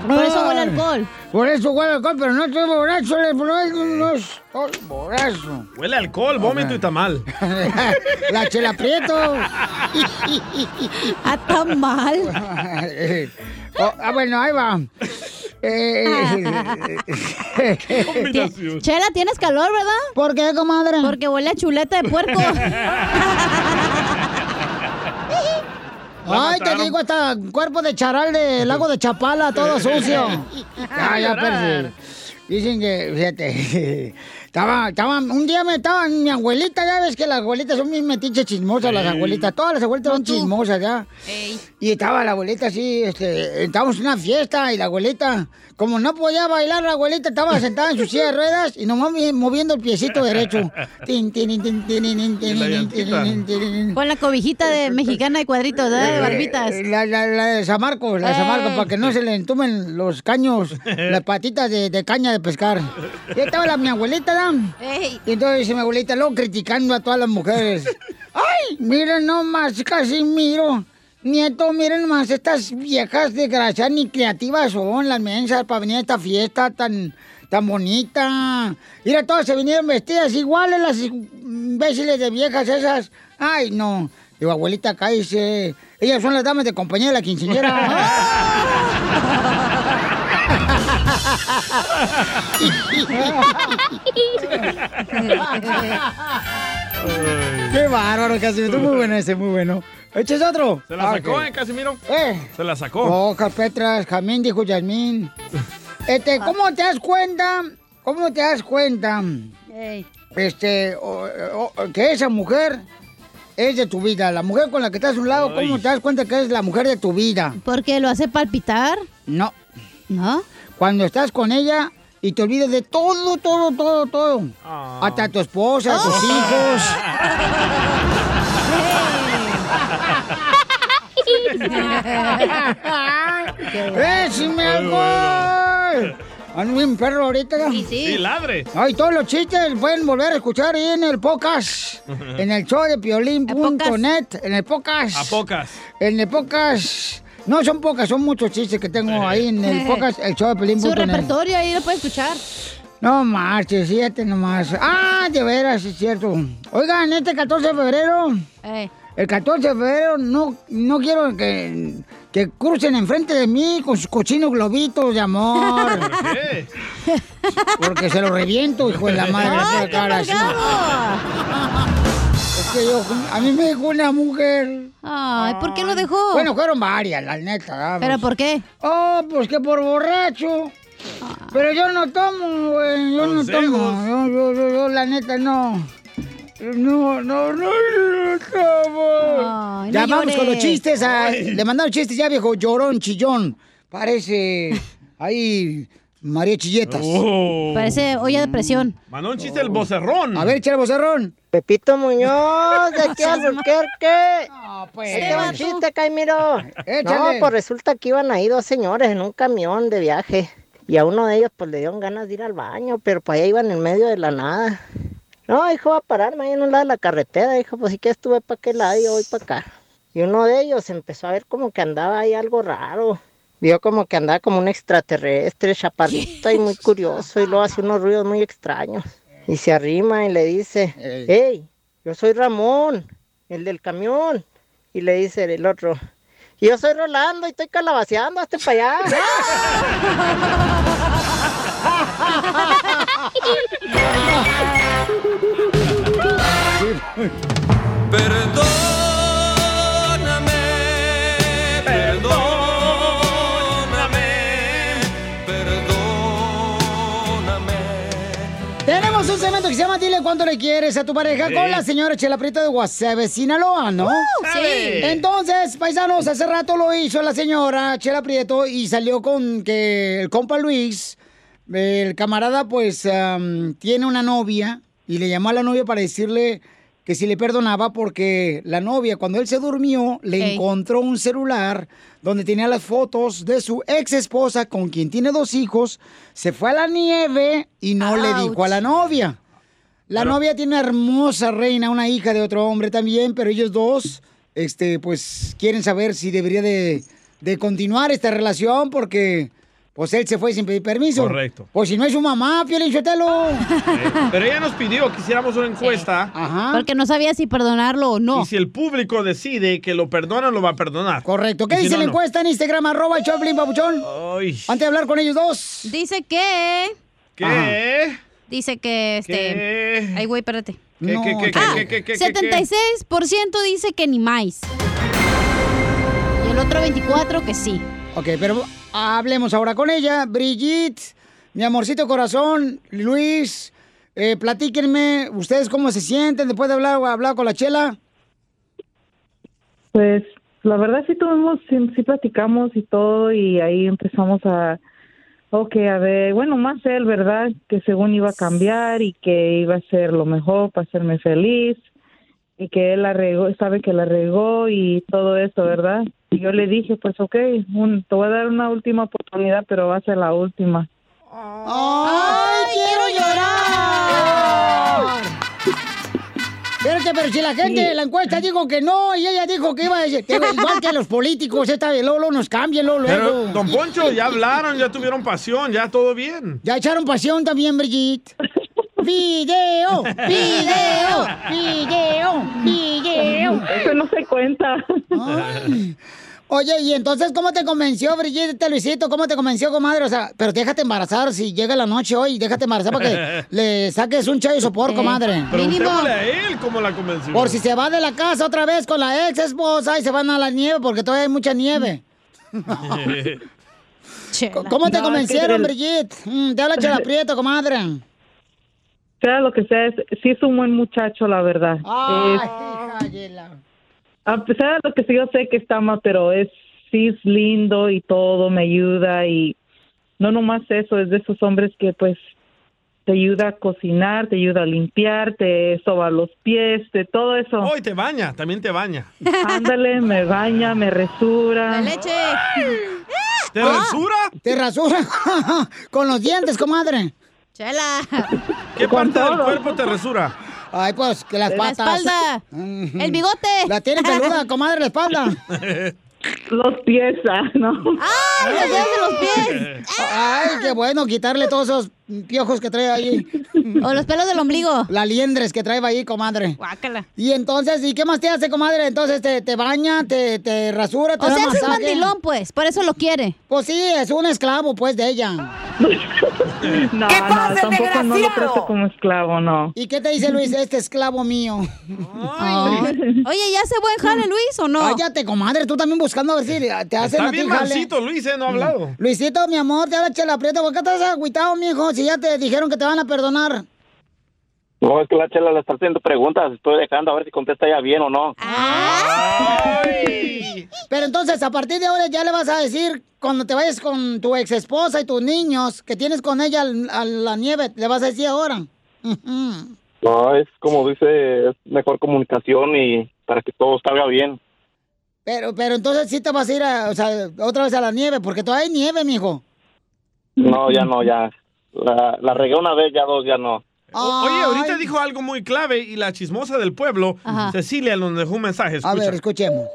Por eso huele a alcohol. Por eso huele a alcohol, pero no estoy borracho, le- oh, no, no estoy borracho. Huele a alcohol, vómito y tamal. La chela prieto. Ah, tan mal. ah, bueno, ahí va. Eh, Tie- Chela, tienes calor, ¿verdad? ¿Por qué, comadre? Porque huele a chuleta de puerco. Ay, te digo, hasta cuerpo de charal del lago de Chapala, todo sucio. Ya, ya, Llorar. perdí. Dicen que, fíjate, estaba, estaba, un día me estaba mi abuelita, ya ves que las abuelitas son mis metiches chismosas, las abuelitas, todas las abuelitas son chismosas, ya. Y estaba la abuelita así, este, estábamos en una fiesta y la abuelita, como no podía bailar, la abuelita estaba sentada en su silla de ruedas y nomás movi- moviendo el piecito derecho. Tin, tin, tin, tin, tin, tin, tin, tin, tin, tin, tin. Con la cobijita de mexicana de cuadritos, ¿verdad? De Eh, barbitas. Eh. La, la, la de Samarco, la de Samarco, Ey. para que no se le entumen los caños, las patitas de, de caña de pescar. Y estaba la, mi abuelita, ¿no? Y entonces dice mi abuelita, luego criticando a todas las mujeres. ¡Ay! Miren nomás, casi miro. Nieto, miren nomás, estas viejas desgraciadas ni creativas son las mensas para venir a esta fiesta tan, tan bonita. Mira, todas se vinieron vestidas iguales las imbéciles de viejas esas. ¡Ay, no! Digo, abuelita, cállese. Ellas son las damas de compañía de la quinceañera. ¡Ah! ¡Qué bárbaro, Casimiro! Muy bueno ese, muy bueno. ¿Eches otro? Se la Ah, sacó, ok. ¿eh, Casimiro? ¿Eh? Se la sacó. Hojas, Petras, Jamín, dijo Yasmín. Este, ¿cómo te das cuenta? ¿Cómo te das cuenta? Este, o- o- o- que esa mujer es de tu vida. La mujer con la que estás a un lado, ¿cómo te das cuenta que es la mujer de tu vida? Porque lo hace palpitar. No. ¿No? Cuando estás con ella y te olvidas de todo, todo, todo, todo. Hasta tu esposa, Ah. tus hijos. ¡Écheme alcohol! Ando bien perro ahorita. ¿no? Sí, ladre. Ay, todos los chistes pueden volver a escuchar ahí en el podcast. En el show de piolín.net. En el podcast. A pocas. En el podcast. No, son pocas, son muchos chistes que Eh. tengo ahí en el podcast, el show de Pelín. Su repertorio ahí lo puede escuchar. No marches, fíjate nomás. Ah, de veras, es cierto. Oigan, este 14 de febrero, el 14 de febrero no, no quiero que, que crucen enfrente de mí con sus cochinos globitos de amor. Porque se los reviento, hijo de la madre. ¡Ay, por qué cara así. Es que yo, a mí me dejó una mujer. Ay, ¿por qué lo dejó? Bueno, fueron varias, la neta. vamos. ¿Pero por qué? Oh, pues que por borracho. Pero yo no tomo, güey. Yo Consejos. no tomo. Yo, yo, yo, yo, la neta, no. No, no, no, no tomo. Ay, no ya vamos llores. con los chistes. a- Ay. le mandaron chistes ya, viejo. Llorón, chillón. Parece. Ahí. María Chilletas. Parece olla de presión. Oh. Mandó un chiste el vocerrón. A ver, echa el vocerrón. Pepito Muñoz, de aquí a Alburquerque. Este va un chiste, Caimiro. No, Échale. pues resulta que iban ahí dos señores en un camión de viaje. Y a uno de ellos, pues le dieron ganas de ir al baño, pero pues allá iban en medio de la nada. No, hijo, va a pararme ahí en un lado de la carretera. Dijo, pues sí que estuve para aquel lado y yo voy para acá. Y uno de ellos empezó a ver como que andaba ahí algo raro. Vio como que andaba como un extraterrestre, chaparrito y muy curioso, y luego hace unos ruidos muy extraños. Y se arrima y le dice, "Eh, Ey. hey, yo soy Ramón, el del camión. Y le dice el otro, yo soy Rolando y estoy calabaceando, hasta para allá. Tenemos un segmento que se llama Dile cuánto le quieres a tu pareja Sí. con la señora Chela Prieto de Guasave, Sinaloa, ¿no? sí. Entonces, paisanos, hace rato lo hizo la señora Chela Prieto y salió con que el compa Luis, el camarada, pues am, tiene una novia y le llamó a la novia para decirle que si le perdonaba porque la novia cuando él se durmió le Ey. encontró un celular donde tenía las fotos de su ex esposa con quien tiene dos hijos, se fue a la nieve y no le dijo a la novia. La novia tiene una hermosa reina, una hija de otro hombre también, pero ellos dos, este, pues quieren saber si debería de, de continuar esta relación porque, pues él se fue sin pedir permiso. Correcto. Pues si no es su mamá, Piolín Sotelo. Pero ella nos pidió que hiciéramos una encuesta. Porque no sabía si perdonarlo o no. Ah. Y si el público decide que lo perdona, lo va a perdonar. Correcto. ¿Qué dice la encuesta en Instagram, arroba el Choplin Papuchón? Oh, Antes de hablar con ellos dos. Dice que. ¿Qué? Dice que este. ¿Qué? Ay, güey, espérate. ¿Qué, No, qué, qué, qué, Ah, qué, qué, qué, qué? 76% dice que ni más. Y el otro 24% que sí. Ok, pero hablemos ahora con ella. Brigitte, mi amorcito corazón, Luis, eh, platíquenme ustedes cómo se sienten después de hablar, hablar con la chela. Pues la verdad sí tuvimos, sí, sí platicamos y todo y ahí empezamos a, ok, a ver, bueno, más él, ¿verdad? Que según iba a cambiar y que iba a ser lo mejor para hacerme feliz y que él arregló, sabe que la regó y todo eso, ¿verdad? Y yo le dije, pues ok, un- te voy a dar una última oportunidad, pero va a ser la última. ¡Ay, quiero llorar! Espérate, pero si la gente de la encuesta dijo que no y ella dijo que iba a decir que igual que los políticos, esta de Lolo nos cambia Lolo. Pero, don Poncho, ya hablaron, ya tuvieron pasión, ya todo bien. Ya echaron pasión también, Brigitte. Video, video, video, video. Eso no se cuenta. Oye, y entonces, ¿cómo te convenció, Brigitte, este Luisito? ¿Cómo te convenció, comadre? O sea, pero déjate embarazar si llega la noche hoy, déjate embarazar para que le saques un chayo sopor, comadre. Preguntémosle a él cómo la convenció. Por si se va de la casa otra vez con la ex esposa y se van a la nieve, porque todavía hay mucha nieve. ¿Cómo te No, convencieron, es que- Brigitte? Mm, te habla Chela Prieto, comadre. Sea lo que sea, es- sí es un buen muchacho, la verdad. Ay, Es- hija de la- A pesar de lo que sí, yo sé que está mal, pero es, sí es lindo y todo, me ayuda y no nomás eso, es de esos hombres que pues te ayuda a cocinar, te ayuda a limpiar, te soba los pies, de todo eso. Hoy Oh, te baña, también te baña. Ándale, me baña, me resura. ¿Te Ah, rasura? ¿Te rasura? Con los dientes, comadre. Chela. ¿Qué parte del cuerpo te resura? Ay, pues, que las La patas. espalda. Mm. El bigote. La tiene peluda, comadre, la espalda. Los pies, ah, ¿no? ¡Ah! los dedos de los pies! ¡Ay, qué bueno quitarle todos esos piojos que trae ahí! O los pelos del ombligo. Las liendres que trae ahí, comadre. Guácala. Y entonces, ¿y qué más te hace, comadre? Entonces, ¿te, te baña, te, te rasura, te O da sea, es un masaje? mandilón, pues. Por eso lo quiere. Pues sí, es un esclavo, pues, de ella. No, ¿Qué pasa, no, tampoco no lo desgraciado? trato como esclavo, no. ¿Y qué te dice Luis? Este esclavo mío. Oye, ¿ya hace buen jale, Luis, o no? Cállate, comadre. Tú también buscando a ver si te hacen Está a ti bien jale. mansito, Luis, Mm. ¿eh? No ha hablado. Luisito, mi amor, te habla Chela Prieto. ¿Por qué estás agüitado, mijo? Si ya te dijeron que te van a perdonar. No, es que la chela le está haciendo preguntas. Estoy dejando a ver si contesta ya bien o no. Pero entonces, a partir de ahora ya le vas a decir, cuando te vayas con tu ex esposa y tus niños que tienes con ella al- a la nieve, le vas a decir ahora. Ujú. No, es como dice, es mejor comunicación y para que todo salga bien. Pero, pero entonces sí te vas a ir a, o sea, otra vez a la nieve, porque todavía hay nieve, mijo. No, ya no, ya. La, la regué una vez, ya dos, ya no. O- Oye, ahorita dijo algo muy clave y la chismosa del pueblo, Ajá. Cecilia, nos dejó un mensaje. Escucha. escuchemos.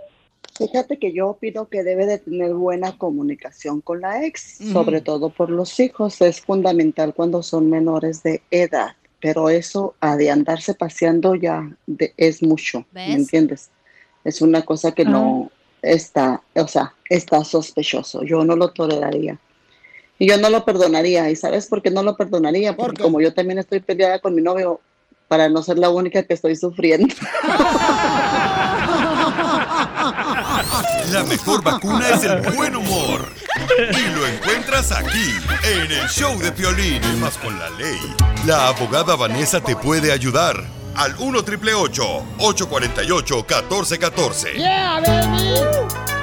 Fíjate que yo opino que debe de tener buena comunicación con la ex, Ujú. sobre todo por los hijos. Es fundamental cuando son menores de edad, pero eso a de andarse paseando ya de- es mucho, ¿me ¿Ves? entiendes? Es una cosa que no está, o sea, está sospechoso. Yo no lo toleraría. Y yo no lo perdonaría. ¿Y sabes por qué no lo perdonaría? Porque como yo también estoy peleada con mi novio, para no ser la única que estoy sufriendo. La mejor vacuna es el buen humor. Y lo encuentras aquí, en el show de Piolín. Y Más con la ley. La abogada Vanessa te puede ayudar. Al 1 triple 848 1414. ¡Yeah, baby!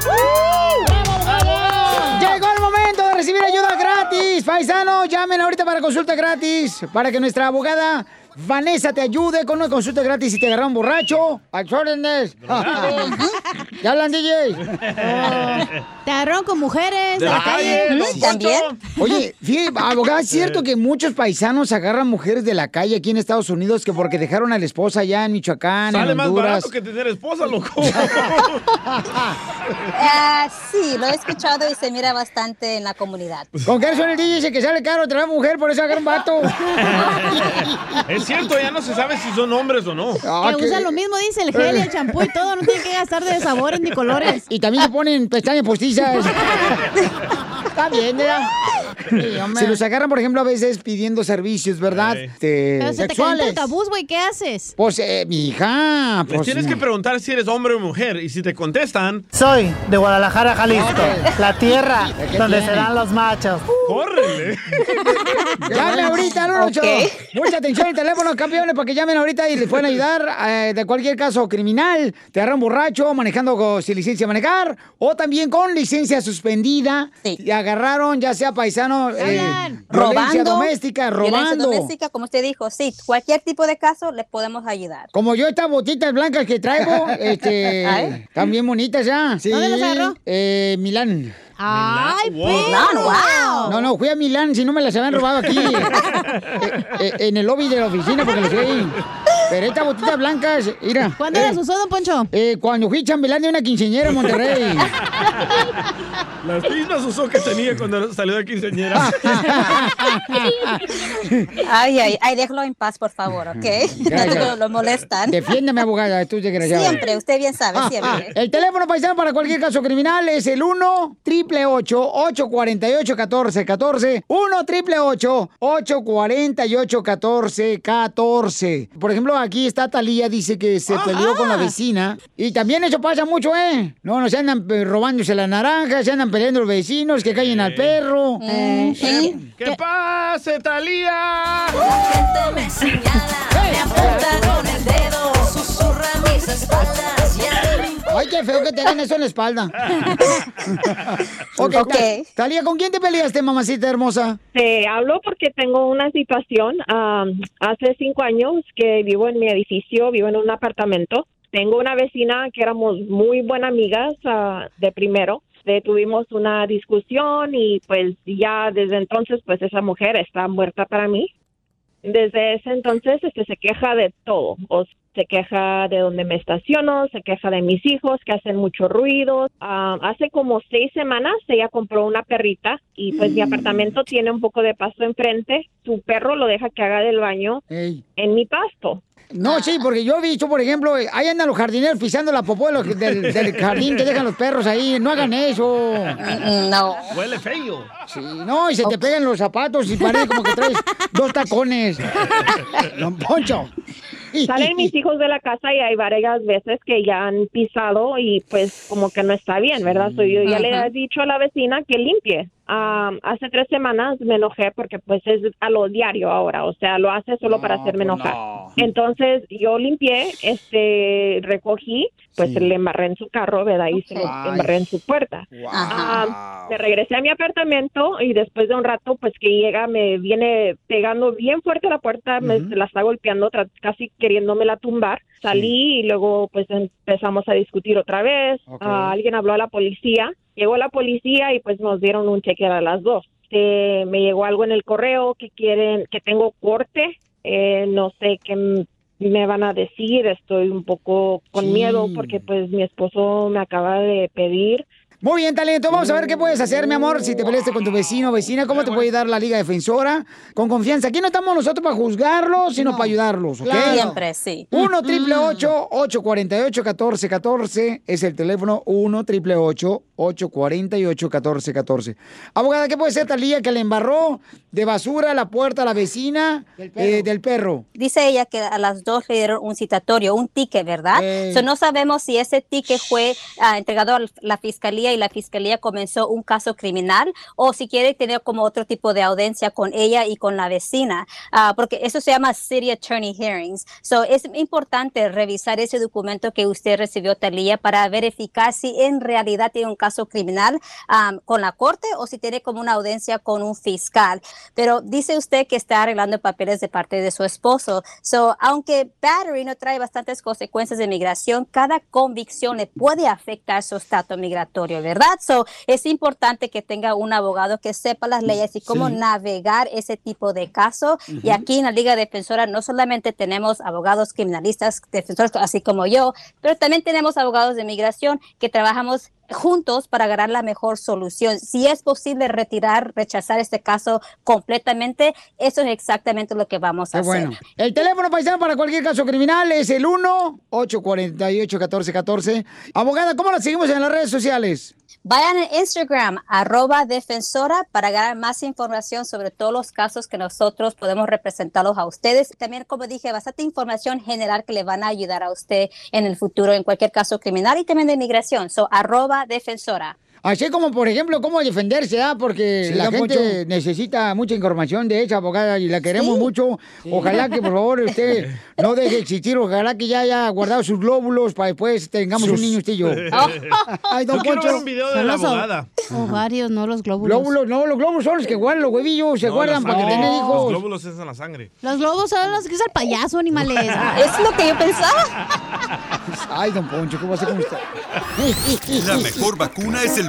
¡Bravo, bravo! Llegó el momento de recibir ayuda gratis. Paisano, llamen ahorita para consulta gratis. Para que nuestra abogada Vanessa te ayude con una consulta gratis si te agarra un borracho. ¡A tus órdenes! ¡Ya hablan, DJ! Te agarraron con mujeres. de la calle, don ¿También? Poncho. Oye, fíjate, abogada, es cierto que muchos paisanos agarran mujeres de la calle aquí en Estados Unidos que porque dejaron a la esposa allá en Michoacán, Sale en más Honduras. barato que tener esposa, loco. Ah, sí, lo he escuchado y se mira bastante en la comunidad. Con que son el DJ dice que sale caro traer mujer, por eso agarra un vato. es cierto, ya no se sabe si son hombres o no. Ah, que usa lo mismo, dice el gel, y el champú y todo. No tiene que gastar de sabores ni colores. Y también se ponen pues, pestañas postizas. Está bien, ¿verdad? Sí, hombre. Se los agarran, por ejemplo, a veces pidiendo servicios, ¿verdad? Este, Pero se te calienta el sexuales. cabuz, güey. ¿Qué haces? Pues, eh, mi hija, Les pues, tienes que preguntar si eres hombre o mujer y si te contestan, Soy de Guadalajara, Jalisco, la tierra donde se dan los machos. ¡córrele! Llame ahorita al 8. Ok. Mucha atención al teléfono, campeones, para que llamen ahorita y les pueden ayudar eh, de cualquier caso criminal. Te agarran borracho, manejando co- sin licencia a manejar, o también con licencia suspendida. Y agarraron, ya sea paisano, eh, violencia Robando. doméstica, violencia robando. doméstica, como usted dijo, sí, cualquier tipo de caso les podemos ayudar. Como yo estas botitas blancas que traigo, Ay. este, también bonitas ya. Sí, ¿Dónde las agarró? Eh, Milán. ¡Ay, Milán, perro! wow. No, no, fui a Milán, si no me las habían robado aquí. eh, eh, en el lobby de la oficina, porque las vi ahí. Pero estas botitas blancas, mira. ¿Cuándo las usó, don Poncho? cuando fui chambelán de una quinceñera en Monterrey. Las mismas usó que tenía cuando salió de quinceañera. Ay, ay, ay, déjalo en paz, por favor, ¿ok? No te lo, lo molestan. Defiéndeme, abogada, tú desgraciada. Siempre, usted bien sabe, Ah, siempre. El teléfono paisano para cualquier caso criminal es el 1 triple 848 1414 1 triple 848 1414 Por ejemplo, aquí está Talía, dice que se peleó con la vecina. Y también eso pasa mucho, ¿eh? No, no se andan eh, robándose las naranjas, se andan peleando los vecinos, que callen al perro. Eh, ¡Que pase, Talía! ¡Uh! Ay, qué feo que te hagan eso en la espalda. ok. Ta- Ok. Talía, ¿con quién te peleaste, mamacita hermosa? Te hablo porque tengo una situación. am, hace cinco años que vivo en mi edificio, vivo en un apartamento. Tengo una vecina que éramos muy buenas amigas ah, de primero. De- tuvimos una discusión y pues ya desde entonces pues esa mujer está muerta para mí. Desde ese entonces este, se queja de todo. O se queja de donde me estaciono, se queja de mis hijos que hacen mucho ruido. Ah, hace como seis semanas ella compró una perrita y pues mi Mm. apartamento tiene un poco de pasto enfrente. Su perro lo deja que haga del baño en mi pasto. No, Ah. sí, porque yo he visto, por ejemplo, eh, ahí andan los jardineros pisando la popó de los- del, del jardín que dejan los perros ahí. No hagan eso. Mm, No. Huele feo. Ah. Sí, no, y se te pegan los zapatos y parece como que traes dos tacones. Don Poncho. Salen mis hijos de la casa y hay varias veces que ya han pisado y pues como que no está bien, ¿verdad? So, yo ya le Ajá. he dicho a la vecina que limpie. Ah, hace tres semanas me enojé porque pues es a lo diario ahora, o sea, lo hace solo para hacerme pues, enojar. Entonces yo limpié, este, recogí, pues Sí. le embarré en su carro, ¿verdad? Y se lo Ay. embarré en su puerta. Ah, me regresé a mi apartamento y después de un rato, pues que llega, me viene pegando bien fuerte la puerta, me la está golpeando, tra- casi queriéndomela tumbar. Salí y luego pues empezamos a discutir otra vez. Ah, alguien habló a la policía, llegó la policía y pues nos dieron un cheque a las dos. Este, me llegó algo en el correo que quieren, que tengo corte, eh, no sé qué m- me van a decir, estoy un poco con miedo porque pues mi esposo me acaba de pedir Muy bien, talento. Vamos a ver qué puedes hacer, mi amor, si te peleaste con tu vecino o vecina. ¿Cómo te puede dar la Liga Defensora? Con confianza. Aquí no estamos nosotros para juzgarlos, sino para ayudarlos, ¿ok? Claro. Siempre, sí. 1 triple 848 1414 es el teléfono 1 triple 848 1414 Abogada, ¿qué puede ser Talía que le embarró de basura la puerta a la vecina eh, del perro? Dice ella que a las dos le dieron un citatorio, un ticket, ¿verdad? Ey. So, no sabemos si ese ticket fue ah, entregado a la fiscalía y la fiscalía comenzó un caso criminal o si quiere tener como otro tipo de audiencia con ella y con la vecina, Ah, porque eso se llama City Attorney Hearings. So, es importante revisar ese documento que usted recibió, Talía, para verificar si en realidad tiene un caso criminal ah, con la corte o si tiene como una audiencia con un fiscal. Pero dice usted que está arreglando papeles de parte de su esposo. So, aunque battery no trae bastantes consecuencias de migración, cada convicción le puede afectar su estatus migratorio, ¿verdad? So, es importante que tenga un abogado que sepa las leyes y cómo Sí. navegar ese tipo de caso. Y Ujú. aquí en la Liga Defensora no solamente tenemos abogados criminalistas, defensores así como yo, pero también tenemos abogados de migración que trabajamos juntos para ganar la mejor solución. Si es posible retirar, rechazar este caso completamente, eso es exactamente lo que vamos a Qué hacer. bueno. El teléfono paisano para cualquier caso criminal es el 1-848-1414. Abogada, ¿cómo la seguimos en las redes sociales? Vayan a Instagram, arroba defensora, para ganar más información sobre todos los casos que nosotros podemos representarlos a ustedes. También, como dije, bastante información general que le van a ayudar a usted en el futuro en cualquier caso criminal y también de inmigración. So, arroba defensora. Así como, por ejemplo, cómo defenderse, ¿ah? porque Sí, la don gente Poncho. necesita mucha información de esa abogada y la queremos Sí. mucho. Sí. Ojalá que, por favor, usted no deje de existir. Ojalá que ya haya guardado sus glóbulos para después tengamos Sus- un niño usted y yo. Ay, don Yo quiero Poncho. ver un video de Son la los o- abogada. Ovarios, Oh, no los glóbulos. no, los glóbulos son los que guardan, los huevillos, se No, guardan la para que sangre. tener hijos. Los glóbulos es en la sangre. Los globos son los que usa el payaso, animales. es lo que yo pensaba. Ay, don Poncho, ¿cómo hace con usted? La mejor vacuna es el